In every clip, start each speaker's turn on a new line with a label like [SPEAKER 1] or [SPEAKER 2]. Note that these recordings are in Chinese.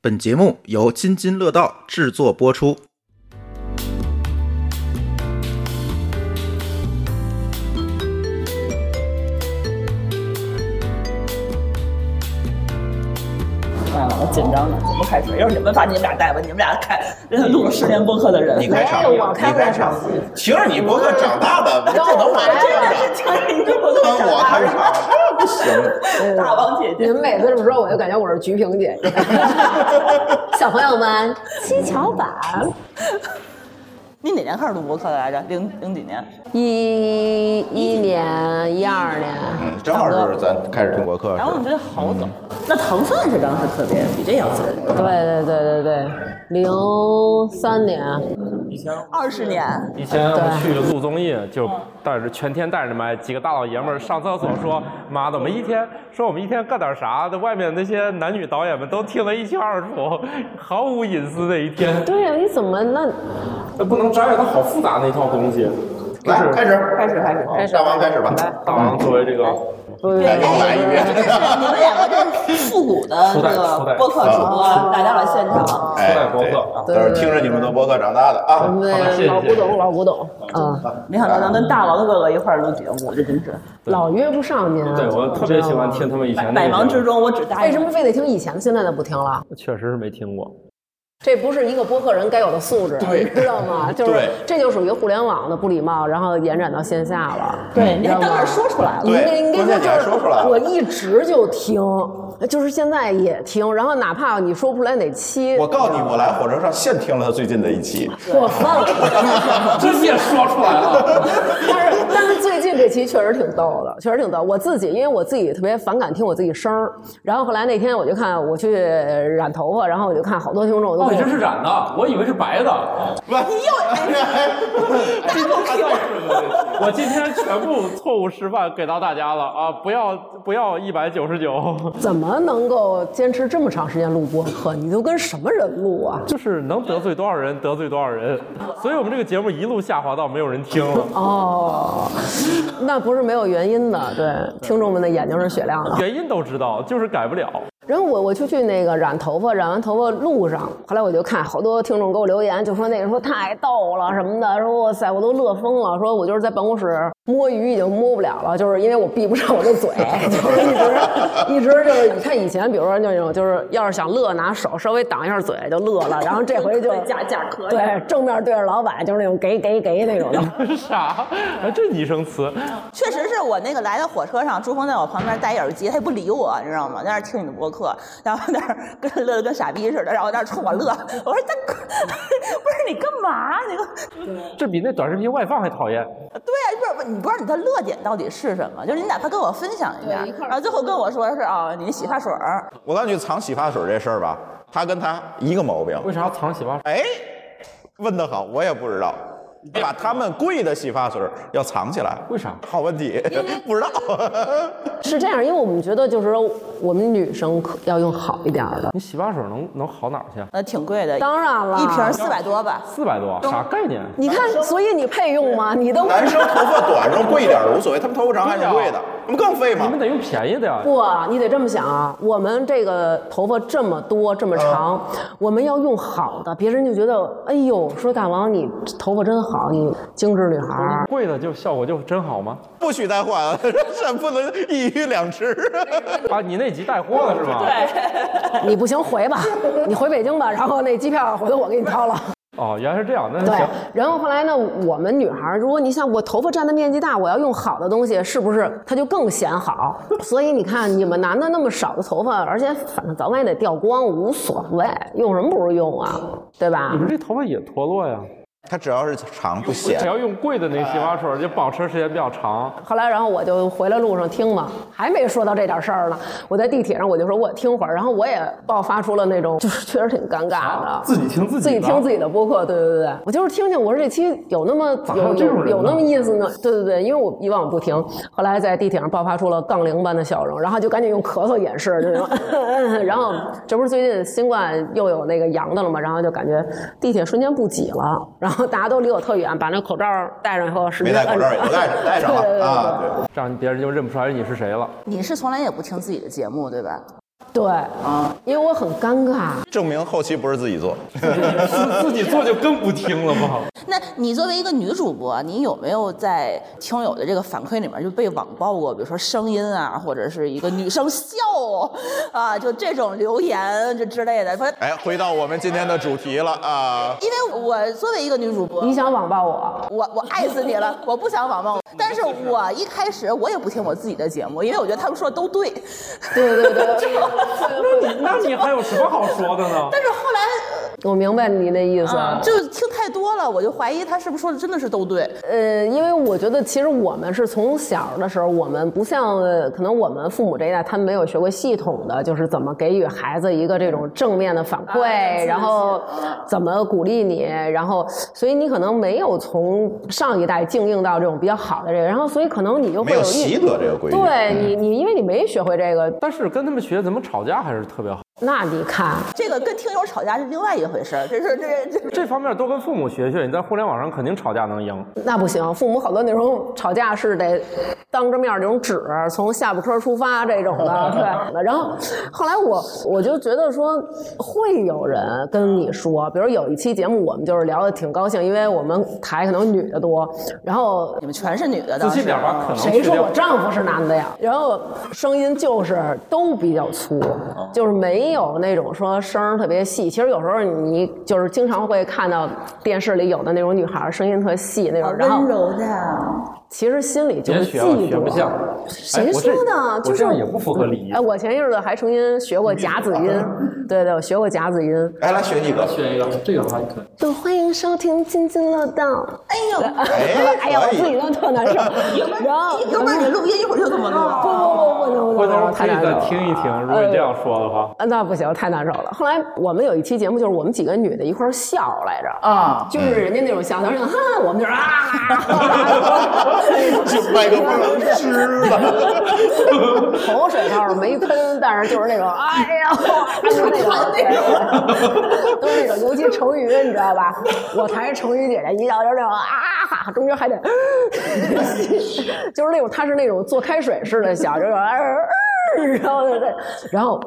[SPEAKER 1] 本节目由津津乐道制作播出。
[SPEAKER 2] 啊，我紧张了，怎么开始？要是你们把你们俩带吧，你们俩开录了十年播客的人，
[SPEAKER 1] 你开场，
[SPEAKER 3] 没有我开
[SPEAKER 1] 你
[SPEAKER 3] 不了
[SPEAKER 1] 开场
[SPEAKER 3] 场，
[SPEAKER 1] 请你博客长大 的，不能我
[SPEAKER 3] 来
[SPEAKER 1] 这
[SPEAKER 2] 真的
[SPEAKER 1] 样
[SPEAKER 2] 是听你这么多
[SPEAKER 1] 当我开
[SPEAKER 2] 长
[SPEAKER 1] 场，不 行。
[SPEAKER 2] 大大王姐
[SPEAKER 3] 你
[SPEAKER 2] 姐
[SPEAKER 3] 们每次这么说，我就感觉我是菊萍姐 姐。小朋友们，七巧板
[SPEAKER 2] 你哪年开始录播客的来着？零零几年？
[SPEAKER 3] 一一年、一二年，
[SPEAKER 1] 正好是咱开始听博客
[SPEAKER 2] 然后我们觉得好早。那糖蒜这张是特别比这要近，
[SPEAKER 3] 对对对对对，零三年，
[SPEAKER 4] 以前
[SPEAKER 2] 二十年。
[SPEAKER 4] 以前我
[SPEAKER 3] 对
[SPEAKER 4] 去录综艺，就带着全天带着麦，几个大老爷们儿上厕所说：“妈的，我们一天说我们一天干点啥？”那外面那些男女导演们都听得一清二楚，毫无隐私的一天。
[SPEAKER 3] 对呀，你怎么那
[SPEAKER 4] 那不能摘，它好复杂那一套东西。
[SPEAKER 1] 来开始，
[SPEAKER 2] 开始开始开始，
[SPEAKER 1] 大王开始吧。
[SPEAKER 4] 大王作为这个
[SPEAKER 3] 不不
[SPEAKER 1] 再给我来一遍。
[SPEAKER 2] 你们两个这是复古的这个播客主播来到了现场，
[SPEAKER 1] 哎，
[SPEAKER 4] 博
[SPEAKER 1] 对
[SPEAKER 4] 客
[SPEAKER 1] 都是听着你们的博客长大的啊。
[SPEAKER 4] 好谢
[SPEAKER 3] 嗯对，老古
[SPEAKER 4] 谢
[SPEAKER 3] 董，老古董啊，
[SPEAKER 2] 没想到能跟大王哥哥一块儿录节目，这真是
[SPEAKER 3] 老约不上您。
[SPEAKER 4] 对我特别喜欢听他们以前那
[SPEAKER 2] 百
[SPEAKER 4] 个
[SPEAKER 2] 忙之中我只答应。
[SPEAKER 3] 为什么非得听以前的，现在的不听了？
[SPEAKER 4] 确实是没听过。
[SPEAKER 3] 这不是一个播客人该有的素质，
[SPEAKER 1] 对
[SPEAKER 3] 你知道 吗？就是
[SPEAKER 1] 对
[SPEAKER 3] 这就属于互联网的不礼貌，然后延展到线下了。
[SPEAKER 2] 对，嗯你
[SPEAKER 3] 知道
[SPEAKER 2] 还当
[SPEAKER 3] 吗
[SPEAKER 2] 面说出来了。
[SPEAKER 3] 你
[SPEAKER 1] 对
[SPEAKER 3] 那应该
[SPEAKER 1] 关键
[SPEAKER 3] 说
[SPEAKER 1] 你还
[SPEAKER 3] 就是
[SPEAKER 1] 说出来了
[SPEAKER 3] 我一直就听，就是现在也听，然后哪怕你说不出来哪期，
[SPEAKER 1] 我告诉你，我来火车上现听了他最近的一期，
[SPEAKER 3] 我忘了。
[SPEAKER 4] 真也说出来了，
[SPEAKER 3] 但是但是最近这期确实挺逗的，确实挺逗。我自己因为我自己特别反感听我自己声儿，然后后来那天我就看我去染头发，然后我就看好多听众都跟我
[SPEAKER 4] 哦，这是染的，我以为是白的。
[SPEAKER 1] 你又
[SPEAKER 2] 大头 Q，
[SPEAKER 4] 我今天全部错误示范给到大家了啊！不要不要一百九十九，
[SPEAKER 3] 怎么能够坚持这么长时间录播客？你都跟什么人录啊？
[SPEAKER 4] 就是能得罪多少人得罪多少人，所以我们这个节目一路下滑到没有人听了。
[SPEAKER 3] 哦，那不是没有原因的，对，听众们的眼睛是雪亮的。
[SPEAKER 4] 原因都知道，就是改不了。
[SPEAKER 3] 然后我我就去那个染头发，染完头发路上，后来我就看好多听众给我留言，就说那个说太逗了什么的，说哇塞我都乐疯了，说我就是在办公室摸鱼已经摸不了了，就是因为我闭不上我的嘴，就是一直一直就是你看以前，比如说就那种就是要是想乐，拿手稍微挡一下嘴就乐了，然后这回 就
[SPEAKER 2] 假假咳
[SPEAKER 3] 对正面对着老板就是那种给给给那种的。
[SPEAKER 4] 啥？哎这拟声词，
[SPEAKER 2] 确实是我那个来的火车上，朱峰在我旁边戴一耳机，他也不理我，你知道吗？在那儿听你的播客， 然后在那儿跟乐得跟傻逼似的，然后在那儿冲我乐。 我说大哥，不是你干嘛？你
[SPEAKER 4] 这比那短视频外放还讨厌。
[SPEAKER 2] 对呀、不是你不知道你的乐点到底是什么？就是你哪怕跟我分享一下，然后最后跟我说是啊、你洗发水儿，
[SPEAKER 1] 我告诉你，藏洗发水这事儿吧，他跟他一个毛病。
[SPEAKER 4] 为啥藏洗发水？
[SPEAKER 1] 哎，问得好，我也不知道。把他们贵的洗发水要藏起来，
[SPEAKER 4] 为啥
[SPEAKER 1] 好问题， 不知道。
[SPEAKER 3] 是这样，因为我们觉得就是说我们女生可要用好一点儿的。
[SPEAKER 4] 你洗发水能能好哪儿去？啊
[SPEAKER 2] 呃，挺贵的，
[SPEAKER 3] 当然了，
[SPEAKER 2] 一瓶四百多吧。
[SPEAKER 4] 四百多，啥概念？
[SPEAKER 3] 你看，所以你配用吗？你都
[SPEAKER 1] 男生头发短用贵一点儿无所谓，他们头发长还是贵的，那不更费
[SPEAKER 4] 你
[SPEAKER 1] 吗
[SPEAKER 4] 们？得用便宜的呀。
[SPEAKER 3] 不，你得这么想啊。我们这个头发这么多这么
[SPEAKER 1] 啊
[SPEAKER 3] 长，我们要用好的，别人就觉得，哎呦，说大王你头发真好，你精致女孩儿。
[SPEAKER 4] 贵的就效果就真好吗？
[SPEAKER 1] 不许再换， 这不能一鱼两吃。
[SPEAKER 4] 啊，你那集带货的是吗？对。
[SPEAKER 1] 嗯
[SPEAKER 3] 你不行回吧，你回北京吧，然后那机票回头我给你掏了。
[SPEAKER 4] 哦，原来是这样，那
[SPEAKER 3] 对
[SPEAKER 4] 行。，
[SPEAKER 3] 然后后来呢，我们女孩儿，如果你想我头发占的面积大，我要用好的东西，是不是它就更显 好？所以你看，你们男的那么少的头发，而且反正早晚也得掉光，无所谓，用什么不如用啊，对吧
[SPEAKER 4] 你？们这头发也脱落呀？
[SPEAKER 1] 他只要是长不显
[SPEAKER 4] 只，要用贵的那个洗发水，就保持时间比较长。
[SPEAKER 3] 后来，然后我就回来路上听嘛，还没说到这点事儿呢。我在地铁上，我就说我听会儿，然后我也爆发出了那种，就是确实挺尴尬的，
[SPEAKER 4] 自己听自己的
[SPEAKER 3] 自己听自己的播客，对对对，我就是听听，我说这期有那么
[SPEAKER 4] 咋还有
[SPEAKER 3] 有
[SPEAKER 4] 这种人
[SPEAKER 3] 有有
[SPEAKER 4] 呢
[SPEAKER 3] 那么意思呢？对对对，因为我以往我不听，后来在地铁上爆发出了杠铃般的笑容，然后就赶紧用咳嗽掩饰，就那种，然后这不是最近新冠又有那个阳的了嘛，然后就感觉地铁瞬间不挤了，然后大家都离我特远，把那口罩戴上以后，时
[SPEAKER 1] 没
[SPEAKER 3] 间
[SPEAKER 1] 戴口罩也
[SPEAKER 3] 摁
[SPEAKER 1] 都戴上，戴上
[SPEAKER 3] 对对对
[SPEAKER 1] 了
[SPEAKER 3] 对
[SPEAKER 1] 啊。对，
[SPEAKER 4] 这样别人就认不出来你是谁了。
[SPEAKER 2] 你是从来也不听自己的节目对吧？嗯
[SPEAKER 3] 对，因为我很尴尬，
[SPEAKER 1] 证明后期不是自己做。
[SPEAKER 4] 自自己做就更不听了吧？
[SPEAKER 2] 那你作为一个女主播，你有没有在听友的这个反馈里面就被网暴过？比如说声音啊，或者是一个女生笑啊，就这种留言就之类的。说，
[SPEAKER 1] 哎，回到我们今天的主题了啊、
[SPEAKER 2] 因为我作为一个女主播，
[SPEAKER 3] 你想网暴我，
[SPEAKER 2] 我我爱死你了，我不想网暴，但是我一开始我也不听我自己的节目，因为我觉得他们说的都对。
[SPEAKER 3] 对对对，
[SPEAKER 4] 那你那你还有什么好说的呢？
[SPEAKER 2] 但是后来
[SPEAKER 3] 我明白你的意思。
[SPEAKER 2] 呃就听太多了，我就怀疑他是不是说的真的是都对。
[SPEAKER 3] 呃，因为我觉得其实我们是从小的时候，我们不像呃可能我们父母这一代，他们没有学过系统的，就是怎么给予孩子一个这种正面的反馈，
[SPEAKER 2] 哎
[SPEAKER 3] 然后怎么鼓励你，然后所以你可能没有从上一代静应到这种比较好的这个，然后所以可能你就会
[SPEAKER 1] 没有
[SPEAKER 3] 一
[SPEAKER 1] 习得这个规律。嗯
[SPEAKER 3] 对你你因为你没学会这个，
[SPEAKER 4] 但是跟他们学怎么吵架还是特别好。
[SPEAKER 3] 那你看
[SPEAKER 2] 这个跟听友吵架是另外一回事儿，这是这这
[SPEAKER 4] 这方面多跟父母学学，你在互联网上肯定吵架能赢。
[SPEAKER 3] 那不行，父母好多那种吵架是得当着面儿那种纸，从下巴颏出发这种的，对。然后后来我我就觉得说会有人跟你说，比如有一期节目我们就是聊的挺高兴，因为我们台可能女的多，然后
[SPEAKER 2] 你们全是女的，
[SPEAKER 4] 仔
[SPEAKER 2] 当
[SPEAKER 4] 细
[SPEAKER 2] 时啊
[SPEAKER 4] 点儿吧，可能
[SPEAKER 3] 谁
[SPEAKER 4] 是
[SPEAKER 3] 说
[SPEAKER 4] 这样
[SPEAKER 3] 我丈夫是男的呀？然后声音就是都比较粗，就是没有那种说声儿特别细。其实有时候你就是经常会看到电视里有的那种女孩儿声音特细那种，然后
[SPEAKER 2] 柔的。啊
[SPEAKER 3] 其实心里就
[SPEAKER 4] 别
[SPEAKER 3] 是
[SPEAKER 4] 学
[SPEAKER 3] 嫉
[SPEAKER 4] 了，学不
[SPEAKER 3] 妒
[SPEAKER 4] 像。。
[SPEAKER 3] 谁说的？
[SPEAKER 4] 我
[SPEAKER 3] 就
[SPEAKER 4] 这
[SPEAKER 3] 是
[SPEAKER 4] 样也不符合礼仪
[SPEAKER 3] 啊哎，。我前一阵子还重新学过假子音，
[SPEAKER 4] 嗯
[SPEAKER 3] 对对，我学过假子音。
[SPEAKER 1] 哎，来学一个。
[SPEAKER 4] 学一个，这个的话你可以。
[SPEAKER 3] 对，欢迎收听《津津乐道》。
[SPEAKER 2] 哎呦，
[SPEAKER 3] 哎呀，我
[SPEAKER 1] 可以
[SPEAKER 3] 自己都特难受。 然后，嗯
[SPEAKER 2] 哥们儿，你录音一会儿就这么录。啊
[SPEAKER 3] 不不不不不
[SPEAKER 4] 回
[SPEAKER 3] 不
[SPEAKER 4] 头
[SPEAKER 3] 不，
[SPEAKER 4] 可
[SPEAKER 3] 太
[SPEAKER 4] 以
[SPEAKER 3] 难受
[SPEAKER 4] 再
[SPEAKER 3] 了。
[SPEAKER 4] 听一听，如果你这样说的话，
[SPEAKER 3] 啊，那不行，太难受了。后来我们有一期节目，就是我们几个女的一块儿笑来着，
[SPEAKER 2] 啊，
[SPEAKER 3] 就是
[SPEAKER 4] 嗯
[SPEAKER 3] 人家那种笑，他说哈，我们就是 啊，
[SPEAKER 1] 就麦克风吃了，
[SPEAKER 3] 口水倒是没 喷，但是就是那种哎呀，就是那种，都是那种，尤其成语，你知道吧？我才是成语姐姐，一笑就是那种啊哈，中间还得， 就是那种她是那种做开水似的笑，就是啊。然后就是，然后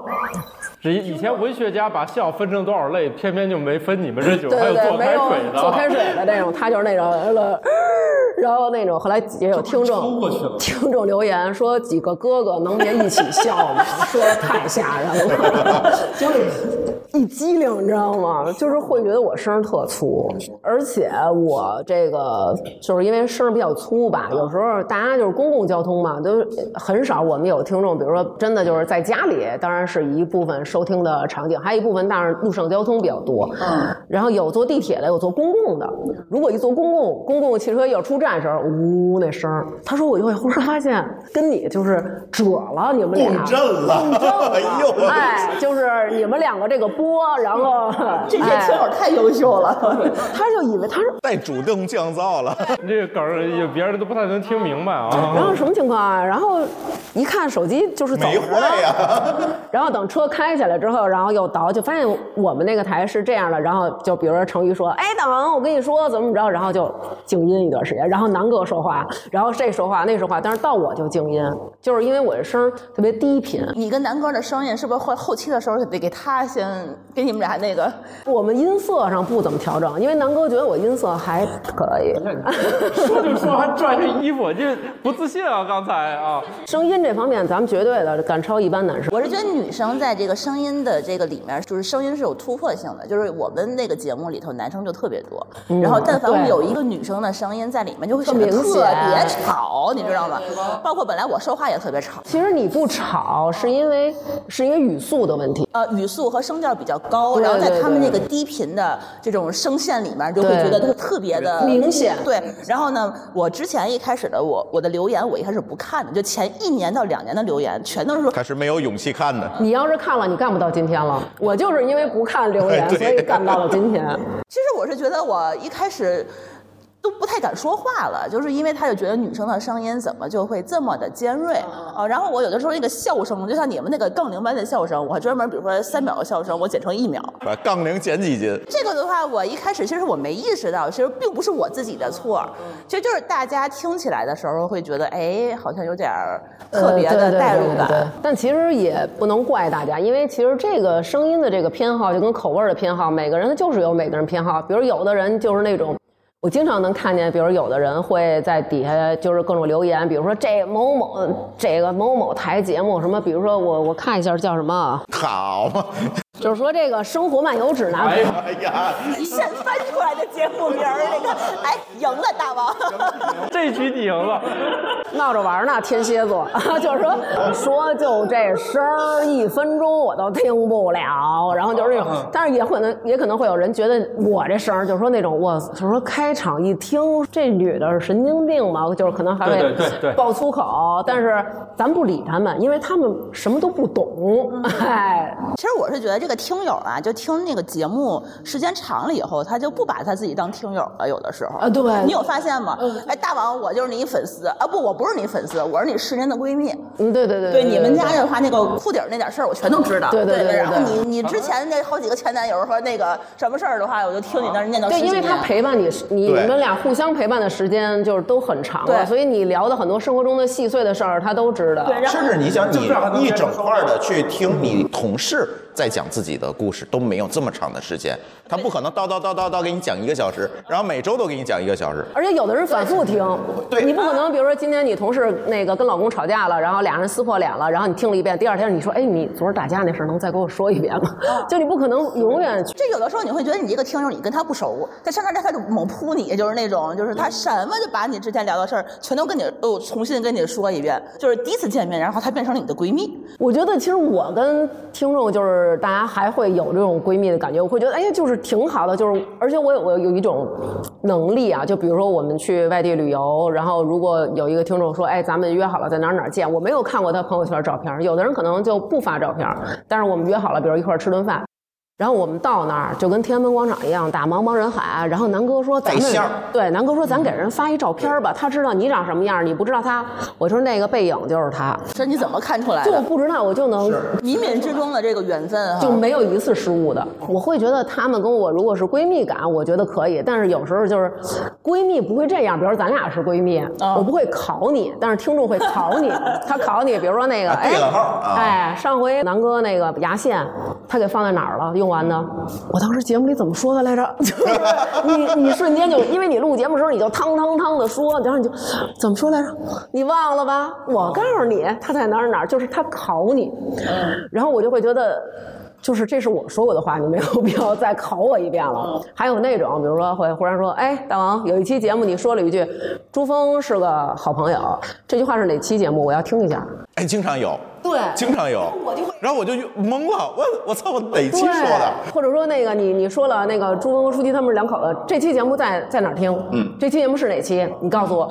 [SPEAKER 4] 这以前文学家把笑分成多少类，偏偏就没分你们这几种，
[SPEAKER 3] 对
[SPEAKER 4] 还
[SPEAKER 3] 对对，
[SPEAKER 4] 做
[SPEAKER 3] 没
[SPEAKER 4] 开
[SPEAKER 3] 有
[SPEAKER 4] 水的，
[SPEAKER 3] 做开水的那 种，他就是那种，呃 然后那种后来也有听
[SPEAKER 4] 抽
[SPEAKER 3] 众
[SPEAKER 4] 过去了。
[SPEAKER 3] 听众留言说几个哥哥能别一起笑 吗？说太吓人了，就是一激灵，你知道吗？就是会觉得我声儿特粗，而且我这个就是因为声儿比较粗吧，有时候大家就是公共交通嘛，都很少我们有听众，比如说真的就是在家里，当然是一部分收听的场景，还有一部分当然路上交通比较多。嗯，然后有坐地铁的，有坐公共的。如果一坐公共，公共汽车要出站的时候，呜那声儿，他说我就会忽然发现跟你就是褶了，你们俩
[SPEAKER 1] 共振了。哎呦，
[SPEAKER 3] 哎，就是你们两个这个波，然后
[SPEAKER 2] 这些听友
[SPEAKER 3] 哎
[SPEAKER 2] 太优秀了，
[SPEAKER 3] 他就以为他是。
[SPEAKER 1] 带主动降噪 了。
[SPEAKER 4] 这个梗儿也别人都不太能听明白
[SPEAKER 3] 然
[SPEAKER 4] 啊。
[SPEAKER 3] 后什么情况啊？然后一看手机就是走
[SPEAKER 1] 没
[SPEAKER 3] 着呢
[SPEAKER 1] 坏呀、
[SPEAKER 3] 然后等车开起来之后，然后又倒，就发现我们那个台是这样的。然后就比如说成瑜说：“哎，大王，我跟你说怎么着。”然后就静音一段时间。然后南哥说话，然后这说话那说话，但是到我就静音，就是因为我的声儿特别低频。
[SPEAKER 2] 你跟南哥的声音是不是后后期的时候得给他先给你们俩那个？
[SPEAKER 3] 我们音色上不怎么调整，因为南哥觉得我音色还可以。
[SPEAKER 4] 嗯 说就说，还拽着衣服，这不自信啊！刚才啊，
[SPEAKER 3] 声音这方面，咱们绝对的赶超一般男生。
[SPEAKER 2] 我是觉得女生在这个声音的这个里面，就是声音是有突破性的。就是我们那个节目里头，男生就特别多，然后但凡
[SPEAKER 3] 对
[SPEAKER 2] 有一个女生的声音在里面，就会显
[SPEAKER 3] 特
[SPEAKER 2] 得
[SPEAKER 3] 明
[SPEAKER 2] 特
[SPEAKER 3] 显
[SPEAKER 2] 别吵，你知道吗？包括本来我说话也特别吵，
[SPEAKER 3] 其实你不吵，是因为是因为语速的问题。
[SPEAKER 2] 呃，语速和声调比较高，
[SPEAKER 3] 对
[SPEAKER 2] 然后在他们那个
[SPEAKER 3] 对对
[SPEAKER 2] 低频的这种声线里面，就会
[SPEAKER 3] 对
[SPEAKER 2] 觉得它特别的
[SPEAKER 3] 明显
[SPEAKER 2] 对，然后呢，我之前一开始的我我的留言，我一开始不看的，就前一年到两年的留言，全都是说
[SPEAKER 1] 他是没有勇气看的。
[SPEAKER 3] 你要是看了，你干不到今天了。我就是因为不看留言，
[SPEAKER 1] 对
[SPEAKER 3] 所以干到了今天。
[SPEAKER 2] 其实我是觉得我一开始。都不太敢说话了，就是因为他就觉得女生的声音怎么就会这么的尖锐
[SPEAKER 3] 嗯
[SPEAKER 2] 啊？然后我有的时候那个笑声，就像你们那个杠铃般的笑声，我还专门比如说三秒的笑声，我剪成一秒。
[SPEAKER 1] 把杠铃减几斤，
[SPEAKER 2] 这个的话，我一开始其实我没意识到，其实并不是我自己的错，
[SPEAKER 3] 嗯
[SPEAKER 2] 其实就是大家听起来的时候会觉得，哎，好像有点儿特别
[SPEAKER 3] 呃
[SPEAKER 2] 的
[SPEAKER 3] 对
[SPEAKER 2] 代入
[SPEAKER 3] 对对对对
[SPEAKER 2] 感。
[SPEAKER 3] 但其实也不能怪大家，因为其实这个声音的这个偏好就跟口味儿的偏好，每个人他就是有每个人偏好。比如有的人就是那种。我经常能看见，比如有的人会在底下就是各种留言，比如说这某某这个某某台节目什么，比如说我我看一下叫什么啊，
[SPEAKER 1] 好嘛？
[SPEAKER 3] 就是说这个《生活漫游指南》
[SPEAKER 4] 哎呀，
[SPEAKER 1] 哎呀，
[SPEAKER 2] 现翻出来的节目名儿，那个哎，赢了大王。
[SPEAKER 4] 这局你赢了，
[SPEAKER 3] 闹着玩儿呢，天蝎座， 就是说说就这声儿，一分钟我都听不了。然后就是
[SPEAKER 4] 嗯
[SPEAKER 3] 那种，但是也可能也可能会有人觉得我这声儿，就是说那种我就是说开场一听这女的是神经病吧，就是可能还
[SPEAKER 4] 对对对
[SPEAKER 3] 会
[SPEAKER 4] 对
[SPEAKER 3] 爆粗口，但是咱不理他们，因为他们什么都不
[SPEAKER 4] 嗯
[SPEAKER 3] 懂。 哎，
[SPEAKER 2] 其实我是觉得这个听友啊，就听那个节目时间长了以后，他就不把他自己当听友了，有的时候
[SPEAKER 3] 啊对嗯
[SPEAKER 2] 你有发现吗？哎，大王，我就是你粉丝啊，不，我不是你粉丝，我是你十年的闺蜜。
[SPEAKER 3] 嗯，对对对
[SPEAKER 2] 对你们家的话，那个裤底儿那点事儿，我全都知道。
[SPEAKER 3] 对对
[SPEAKER 2] 对
[SPEAKER 3] 对对
[SPEAKER 2] 然后
[SPEAKER 3] 对
[SPEAKER 2] 你你之前那好几个前男友和那个什么事儿的话，我就听你那儿念叨
[SPEAKER 3] 对，
[SPEAKER 2] 十
[SPEAKER 3] 因
[SPEAKER 2] 几
[SPEAKER 3] 为他
[SPEAKER 2] 年
[SPEAKER 3] 陪伴你，你
[SPEAKER 1] 对
[SPEAKER 3] 们俩互相陪伴的时间就是都很长了，
[SPEAKER 2] 对
[SPEAKER 3] 所以你聊的很多生活中的细碎的事儿，他都知道。
[SPEAKER 2] 对，然后
[SPEAKER 1] 甚至你想，
[SPEAKER 4] 就
[SPEAKER 1] 你
[SPEAKER 4] 这样还能
[SPEAKER 1] 一
[SPEAKER 4] 变成
[SPEAKER 1] 整块的去听你同事在讲自己的故事，都没有这么长的时间。他不可能叨叨叨叨叨给你讲一个小时，然后每周都给你讲一个小时。
[SPEAKER 3] 而且有的人反复听，
[SPEAKER 1] 对啊
[SPEAKER 3] 你不可能，比如说今天你同事那个跟老公吵架了，然后俩人撕破脸了，然后你听了一遍，第二天你说，哎，你昨儿打架那事儿能再给我说一遍吗？
[SPEAKER 1] 哦
[SPEAKER 3] 就你不可能永远去。
[SPEAKER 2] 这有的时候你会觉得你这个听友你跟他不熟，他上那儿他就猛扑你，就是那种就是他什么就把你之前聊的事儿全都跟你哦重新跟你说一遍，就是第一次见面，然后她变成了你的闺蜜。
[SPEAKER 3] 我觉得其实我跟听众就是大家还会有这种闺蜜的感觉，我会觉得哎呀，就是挺好的，就是而且我有我有一种能力啊，就比如说我们去外地旅游，然后如果有一个听众说，哎，咱们约好了在哪儿哪儿见，我没有看过他朋友圈照片，有的人可能就不发照片，但是我们约好了，比如一块儿吃顿饭。然后我们到那儿就跟天安门广场一样大茫茫人海，啊然后南哥说咱
[SPEAKER 1] 带
[SPEAKER 3] 们
[SPEAKER 1] 馅儿
[SPEAKER 3] 对南哥说咱给人发一照片吧，他知道你长什么样，你不知道他，我说那个背影就是他，
[SPEAKER 2] 这你怎么看出来
[SPEAKER 3] 就我
[SPEAKER 2] 的？
[SPEAKER 3] 不知道我就能
[SPEAKER 2] 冥冥之中的这个缘分
[SPEAKER 3] 就
[SPEAKER 2] 哈。
[SPEAKER 3] 没有一次失误的。我会觉得她们跟我如果是闺蜜感，我觉得可以。但是有时候就是闺蜜不会这样，比如咱俩是闺蜜，
[SPEAKER 2] 啊
[SPEAKER 3] 我不会考你，但是听众会考你，他考你，比如说那个，
[SPEAKER 1] 啊
[SPEAKER 3] 哎
[SPEAKER 1] 对了号啊
[SPEAKER 3] 哎，上回南哥那个牙线，他给放在哪儿了？用完呢？我当时节目里怎么说的来着？ 就是你你瞬间就因为你录节目的时候你就汤汤汤的说，然后你就怎么说来着？你忘了吧？我告诉你，他在哪儿哪儿，就是他考你，
[SPEAKER 1] 嗯
[SPEAKER 3] 然后我就会觉得。就是这是我说过的话，你没有必要再考我一遍
[SPEAKER 1] 嗯
[SPEAKER 3] 了。还有那种，比如说会忽然说，哎，大王，有一期节目你说了一句“朱峰是个好朋友”，这句话是哪期节目？我要听一下。
[SPEAKER 1] 哎，经常有，
[SPEAKER 3] 对，
[SPEAKER 1] 经常有。然后我就懵了，我我操，我哪期
[SPEAKER 3] 对，
[SPEAKER 1] 说的？
[SPEAKER 3] 或者说那个你你说了那个朱峰和舒淇他们两口子，这期节目在在哪儿听？嗯，这期节目是哪期？你告诉 我，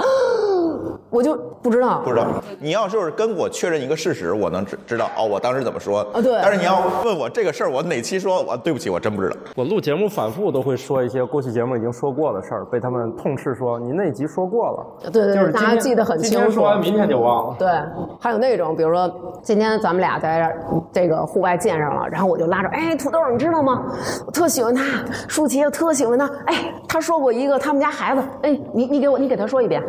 [SPEAKER 3] 我就不知道
[SPEAKER 1] 不。知道。你要就是跟我确认一个事实，我能知知道哦，我当时怎么说
[SPEAKER 3] 啊对
[SPEAKER 1] 但是你要问我这个事儿，我哪期说，我对不起，我真不知道。
[SPEAKER 4] 我录节目反复都会说一些过去节目已经说过的事儿，被他们痛斥说你那集说过
[SPEAKER 3] 对
[SPEAKER 4] 了，
[SPEAKER 3] 对
[SPEAKER 4] 就
[SPEAKER 3] 对，
[SPEAKER 4] 是今
[SPEAKER 3] 大家
[SPEAKER 4] 天
[SPEAKER 3] 记得很
[SPEAKER 4] 今
[SPEAKER 3] 清
[SPEAKER 4] 天
[SPEAKER 3] 楚
[SPEAKER 4] 说。完明天就忘了。
[SPEAKER 3] 对，还有那种，比如说今天咱们俩在这儿这个户外见上了，然后我就拉着，哎，土豆，你知道吗？我特喜欢他，舒淇，我特喜欢他。哎，他说过一个他们家孩子，哎，你你给我，你给他说一遍，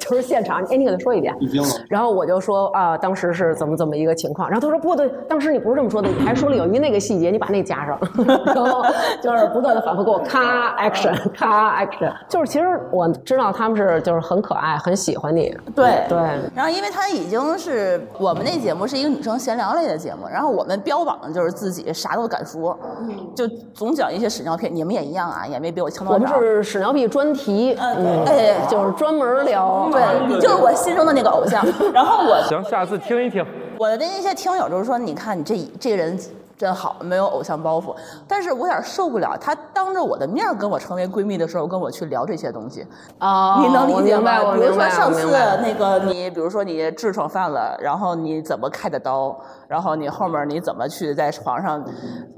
[SPEAKER 3] 就是现场，哎，你给他说一遍。
[SPEAKER 4] 已经了。
[SPEAKER 3] 然后我就说啊，当时是怎么怎么一个情况。然后他说不对，当时你不是这么说的，你还说了有一那个细节，你把那加上。 然后就是不断的反复给我咔 action 咔 action，就是其实我知道他们是就是很可爱，很喜欢你。
[SPEAKER 2] 对
[SPEAKER 3] 对
[SPEAKER 2] 然后，因为他已经是我们那节目是一个女生闲聊类的节目，然后我们标榜的就是自己啥都敢说，就总讲一些屎尿屁。你们也一样啊，也没比我强
[SPEAKER 3] 我
[SPEAKER 2] 多
[SPEAKER 3] 们
[SPEAKER 2] 少。
[SPEAKER 3] 是屎尿屁专题，嗯，
[SPEAKER 2] 哎
[SPEAKER 3] 就是专门聊。
[SPEAKER 2] 对，你就是我心中的那个偶像。然后我
[SPEAKER 4] 行，下次听一听。
[SPEAKER 2] 我的那些听友就是说，你看你这这个人真好，没有偶像包袱。但是我有点受不了，她当着我的面儿跟我成为闺蜜的时候，跟我去聊这些东西，
[SPEAKER 3] 哦，
[SPEAKER 2] 你能理解
[SPEAKER 3] 我明白，
[SPEAKER 2] 吗？
[SPEAKER 3] 我
[SPEAKER 2] 比如
[SPEAKER 3] 明
[SPEAKER 2] 说
[SPEAKER 3] 白，
[SPEAKER 2] 上
[SPEAKER 3] 我
[SPEAKER 2] 次
[SPEAKER 3] 明白。
[SPEAKER 2] 那个你，比如说你痔疮犯了，然后你怎么开的刀，然后你后面你怎么去在床上，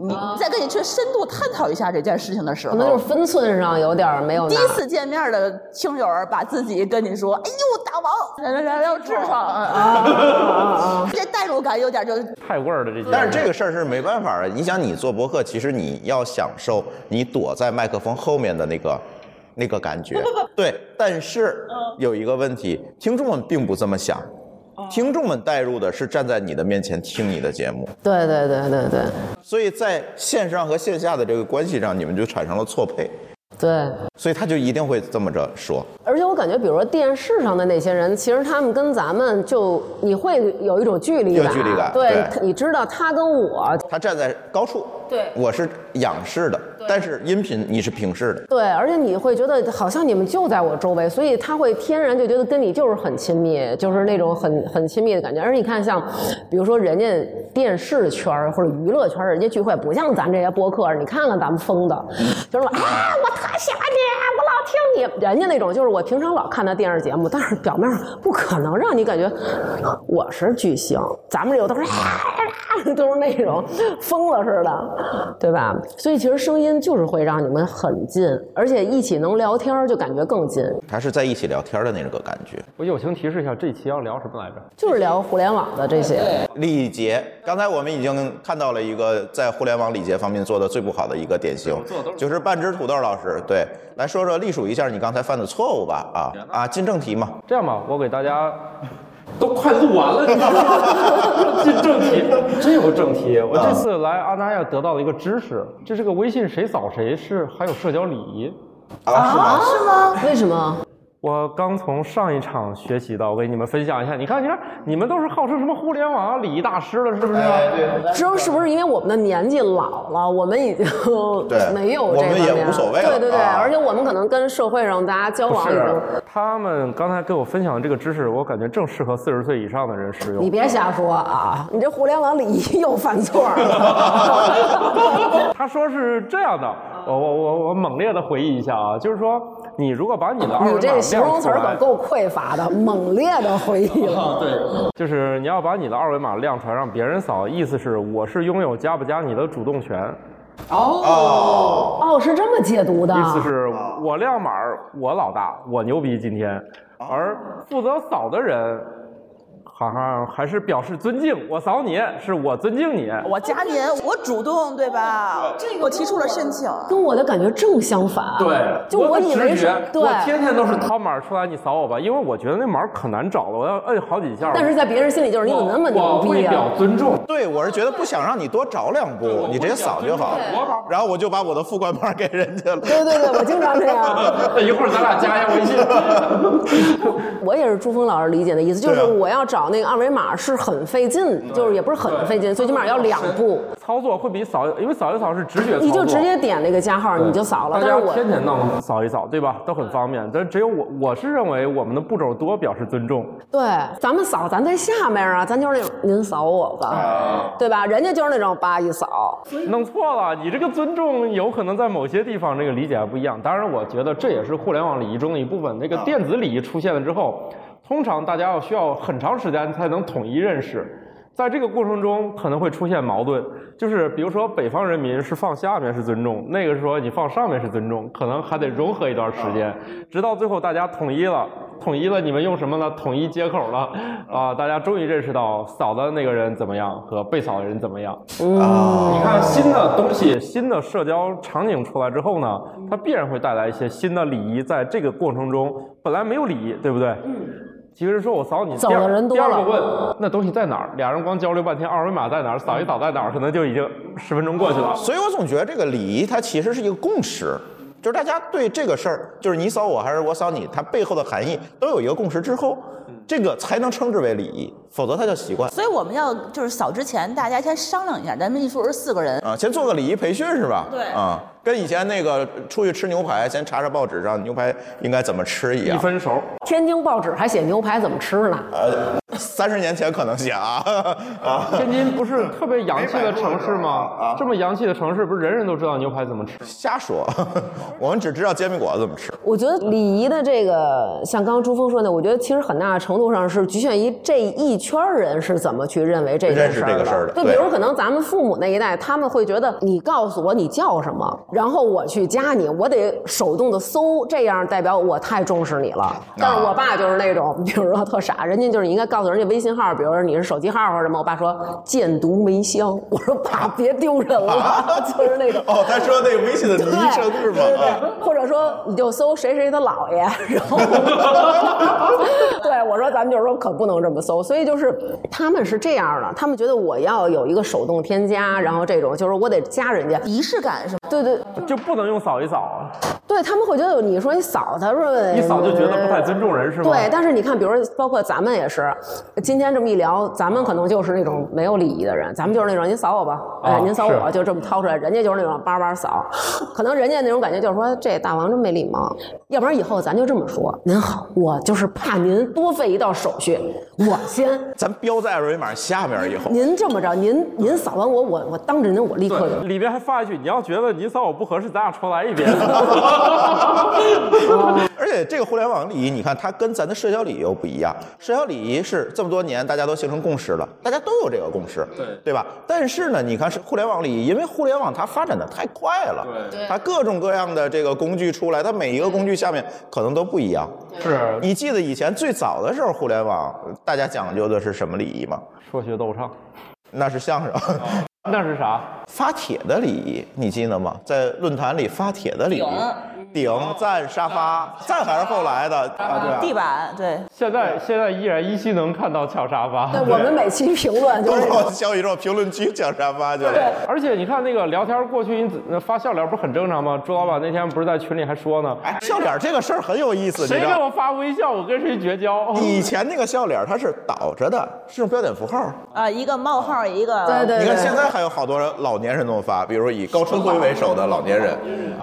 [SPEAKER 2] 你再跟你去深度探讨一下这件事情的时候，
[SPEAKER 3] 可能就是分寸上有点没有拿
[SPEAKER 2] 第一次见面的听友儿把自己跟你说，哎呦，大王，来来来，要痔疮啊， 这代入感有点就
[SPEAKER 4] 太味儿了这些。
[SPEAKER 1] 但是这个事儿是没办法的。你想，你做播客，其实你要享受你躲在麦克风后面的那个那个感觉。对，但是有一个问题，听众们并不这么想。听众们带入的是站在你的面前听你的节目，
[SPEAKER 3] 对对对对对
[SPEAKER 1] 所以在线上和线下的这个关系上，你们就产生了错配，
[SPEAKER 3] 对。
[SPEAKER 1] 所以他就一定会这么着说。
[SPEAKER 3] 而且我感觉，比如说电视上的那些人，其实他们跟咱们就你会有一种距离
[SPEAKER 1] 有
[SPEAKER 3] 感，
[SPEAKER 1] 距离感
[SPEAKER 3] 对
[SPEAKER 1] 对，
[SPEAKER 3] 他你知道他跟我，
[SPEAKER 1] 他站在高处，
[SPEAKER 3] 对
[SPEAKER 1] 我是仰视的，但是音频你是平视的。
[SPEAKER 3] 对，而且你会觉得好像你们就在我周围，所以他会天然就觉得跟你就是很亲密，就是那种很很亲密的感觉。而且你看像，比如说人家电视圈儿或者娱乐圈儿，人家聚会不像咱这些播客，你看看咱们疯的，就是说啊，我特想你，我老听你，人家那种就是我平常老看的电视节目，但是表面上不可能让你感觉我是巨星，咱们这有都是啊，都是那种疯了似的，对吧？所以其实声音就是会让你们很近，而且一起能聊天儿就感觉更近，
[SPEAKER 1] 他是在一起聊天的那个感觉。
[SPEAKER 4] 我友情提示一下，这期要聊什么来着？
[SPEAKER 3] 就是聊互联网的这些。
[SPEAKER 1] 礼节，刚才我们已经看到了一个在互联网礼节方面做的最不好的一个典型，就是半只土豆老师。对，来说说隶属一下你刚才犯的错误吧。啊啊，进正题嘛。
[SPEAKER 4] 这样吧，我给大家 都快录完了，你知道 吗这正题真有正题。我这次来阿那亚得到了一个知识，这是个微信谁扫谁是还有社交礼仪。
[SPEAKER 1] 啊，是吗？
[SPEAKER 2] 是吗？
[SPEAKER 3] 为什么？
[SPEAKER 4] 我刚从上一场学习到，我给你们分享一下。你看，你看，你们都是号称什么互联网啊礼仪大师了，是不是？
[SPEAKER 3] 知道是不是因为我们的年纪老了，我们已经
[SPEAKER 1] 对
[SPEAKER 3] 没有
[SPEAKER 1] 我
[SPEAKER 3] 这
[SPEAKER 1] 们
[SPEAKER 3] 方
[SPEAKER 1] 也
[SPEAKER 3] 面
[SPEAKER 1] 无所谓了
[SPEAKER 3] 对对对，
[SPEAKER 1] 啊
[SPEAKER 3] 而且我们可能跟社会上大家交
[SPEAKER 4] 不
[SPEAKER 3] 往已经
[SPEAKER 4] 是，他们刚才给我分享的这个知识，我感觉正适合四十岁以上的人使用
[SPEAKER 3] 你。别瞎说 啊！你这互联网礼仪又犯错了。
[SPEAKER 4] 他说是这样的，我我我我猛烈的回忆一下啊，就是说，你如果把你的二维
[SPEAKER 3] 你
[SPEAKER 4] 码嗯
[SPEAKER 3] 这个形容
[SPEAKER 4] 亮
[SPEAKER 3] 词
[SPEAKER 4] 出
[SPEAKER 3] 儿可
[SPEAKER 4] 来，
[SPEAKER 3] 够匮乏的，猛烈的回 忆了。
[SPEAKER 4] 就是你要把你的二维码亮出来让别人扫，意思是我是拥有加不加你的主动权，
[SPEAKER 1] 哦，
[SPEAKER 3] 哦，是这么解读的。
[SPEAKER 4] 意思是我亮码儿我老大，我牛逼今天，而负责扫的人。好像还是表示尊敬，我扫你是我尊敬你，
[SPEAKER 2] 我加您，我主动对吧？我提出了申请。
[SPEAKER 3] 跟我的感觉正相反。啊就
[SPEAKER 4] 我
[SPEAKER 3] 我
[SPEAKER 4] 的
[SPEAKER 3] 以为
[SPEAKER 4] 直
[SPEAKER 3] 是
[SPEAKER 4] 觉
[SPEAKER 3] 对
[SPEAKER 4] 我，天天都是掏码儿出来，你扫我吧，因为我觉得那码儿可难找了，我要摁好几下。
[SPEAKER 3] 但是在别人心里就是你怎么那么牛
[SPEAKER 4] 我为
[SPEAKER 3] 逼
[SPEAKER 4] 表
[SPEAKER 3] 啊？
[SPEAKER 4] 尊重，
[SPEAKER 1] 对，我是觉得不想让你多找两步，你直接扫就好了。然后我就把我的副官牌给人家了。
[SPEAKER 3] 对对对，我经常这样。
[SPEAKER 4] 那一会儿咱俩加一下微信。
[SPEAKER 3] 我也是朱峰老师理解的意思，就
[SPEAKER 1] 啊
[SPEAKER 3] 是我要找那个二维码是很费劲，就是也不是很费劲，最起码要两步，
[SPEAKER 4] 操作会比扫，因为扫一扫是直觉操作，
[SPEAKER 3] 你就直接点那个加号，你就扫了。
[SPEAKER 4] 大
[SPEAKER 3] 但是
[SPEAKER 4] 家
[SPEAKER 3] 我
[SPEAKER 4] 天天弄扫一扫，对吧？都很方便。但只有我，我是认为我们的步骤多表示尊重。
[SPEAKER 3] 对，咱们扫，咱在下面啊，咱就是那种您扫我吧，对吧？人家就是那种叭一扫，
[SPEAKER 4] 弄错了，你这个尊重有可能在某些地方这个理解还不一样。当然，我觉得这也是互联网礼仪中的一部分。这个电子礼仪出现了之后，通常大家要需要很长时间才能统一认识。在这个过程中可能会出现矛盾，就是比如说北方人民是放下面是尊重，那个是说你放上面是尊重，可能还得融合一段时间，直到最后大家统一了，统一了你们用什么呢？统一接口了啊、大家终于认识到扫的那个人怎么样和被扫的人怎么样。
[SPEAKER 1] 啊
[SPEAKER 4] 你看新的东西、新的社交场景出来之后呢，它必然会带来一些新的礼仪，在这个过程中本来没有礼仪，对不对？嗯。其实说我扫你，
[SPEAKER 3] 走的
[SPEAKER 4] 第二
[SPEAKER 3] 人多
[SPEAKER 4] 第二
[SPEAKER 3] 了
[SPEAKER 4] 个问那东西在哪儿？俩人光交流半天，二维码在哪儿？扫一扫在哪儿？可能就已经十分钟过去了。
[SPEAKER 1] 所以我总觉得这个礼仪它其实是一个共识，就是大家对这个事儿，就是你扫我还是我扫你，它背后的含义都有一个共识之后，
[SPEAKER 3] 嗯
[SPEAKER 1] 这个才能称之为礼仪，否则它叫习惯
[SPEAKER 2] 所以我们要就是扫之前，大家先商量一下，咱们一说是四个人，
[SPEAKER 1] 啊。先做个礼仪培训是吧？
[SPEAKER 2] 对
[SPEAKER 1] 啊，跟以前那个出去吃牛排，先查查报纸上牛排应该怎么吃一
[SPEAKER 4] 一
[SPEAKER 1] 样。
[SPEAKER 4] 分熟，
[SPEAKER 3] 天津报纸还写牛排怎么吃呢？
[SPEAKER 1] 呃，三十年前可能写啊 啊，
[SPEAKER 4] 天津不是特别洋气的城市吗？
[SPEAKER 1] 啊
[SPEAKER 4] 这么洋气的城市，不是人人都知道牛排怎么吃？
[SPEAKER 1] 瞎说， 我们只知道煎饼果子怎么吃。
[SPEAKER 3] 我觉得礼仪的这个，像刚刚朱峰说的，我觉得其实很大程度上是局限于这一圈儿人是怎么去认为这件
[SPEAKER 1] 认识
[SPEAKER 3] 事
[SPEAKER 1] 这
[SPEAKER 3] 儿
[SPEAKER 1] 个事儿的
[SPEAKER 3] 就比
[SPEAKER 1] 对
[SPEAKER 3] 如可能咱们父母那一代，他们会觉得你告诉我你叫什么，然后我去加你，我得手动的搜，这样代表我太重视你
[SPEAKER 1] 啊
[SPEAKER 3] 了。但是我爸就是那种，比如说特傻，人家就是你应该告诉人家微信号，比如说你是手机号或者什么。我爸说见毒梅香，我说爸别丢人了， 就是那种。
[SPEAKER 1] 哦，他说那个微信的昵
[SPEAKER 3] 对
[SPEAKER 1] 称是吗？
[SPEAKER 3] 对对
[SPEAKER 1] 啊，
[SPEAKER 3] 对，或者说你就搜谁谁他姥爷， 然后，对我说咱们就是说可不能这么搜，所以就是他们是这样的，他们觉得我要有一个手动添加，然后这种就是我得加人家，
[SPEAKER 2] 仪式感是吗？
[SPEAKER 3] 对对
[SPEAKER 4] 就不能用扫一扫，
[SPEAKER 3] 对，他们会觉得你说你扫他说
[SPEAKER 4] 一扫就觉得不太尊重人，是吗？
[SPEAKER 3] 哎对，但是你看，比如说包括咱们也是，今天这么一聊，咱们可能就是那种没有礼仪的人，咱们就是那种您扫我吧，哎、
[SPEAKER 1] 哦
[SPEAKER 4] 啊
[SPEAKER 3] 您扫我，
[SPEAKER 4] 是
[SPEAKER 3] 就这么掏出来，人家就是那种叭叭扫，可能人家那种感觉就是说这大王真没礼貌，要不然以后咱就这么说，您好，我就是怕您多费一道手续，我先。
[SPEAKER 1] 咱标在二维码下面以后，
[SPEAKER 3] 您这么着，您您扫完我，我我当着您，我立刻就
[SPEAKER 4] 对，里边还发一句：“你要觉得你扫我不合适，咱俩重来一遍。
[SPEAKER 1] 而且这个互联网礼仪，你看它跟咱的社交礼仪又不一样。社交礼仪是这么多年大家都形成共识了，大家都有这个共识，对对吧？但是呢，你看是互联网礼仪，因为互联网它发展的太快了，对，它各种各样的这个工具出来，它每一个工具下面可能都不一样。”
[SPEAKER 4] 是
[SPEAKER 1] 你记得以前最早的时候，互联网大家讲究的是什么礼仪吗？
[SPEAKER 4] 说学逗唱，
[SPEAKER 1] 那是相声。
[SPEAKER 4] 那是啥？
[SPEAKER 1] 发帖的礼仪，你记得吗？在论坛里发帖的礼仪，顶赞沙发，赞还是后来的啊？对啊，
[SPEAKER 2] 地板对，
[SPEAKER 4] 现在现在依然依稀能看到翘沙发。
[SPEAKER 3] 对，我们每期评论就
[SPEAKER 1] 都
[SPEAKER 3] 是
[SPEAKER 1] 跑小宇宙评论区讲沙 发去了。
[SPEAKER 4] 而且你看那个聊天过去，你怎发笑脸不是很正常吗？朱老板那天不是在群里还说呢，
[SPEAKER 1] 哎，笑脸这个事儿很有意思，你
[SPEAKER 4] 谁
[SPEAKER 1] 知
[SPEAKER 4] 给
[SPEAKER 1] 道？
[SPEAKER 4] 我发微笑，我跟谁绝交。
[SPEAKER 1] 以前那个笑脸它是倒着的，是用标点符号。
[SPEAKER 2] 啊，一个冒号，一个
[SPEAKER 3] 对对
[SPEAKER 1] 你
[SPEAKER 3] 对
[SPEAKER 1] 看。现在还有好多人老年人这么发，比如以高春辉为首的老年人，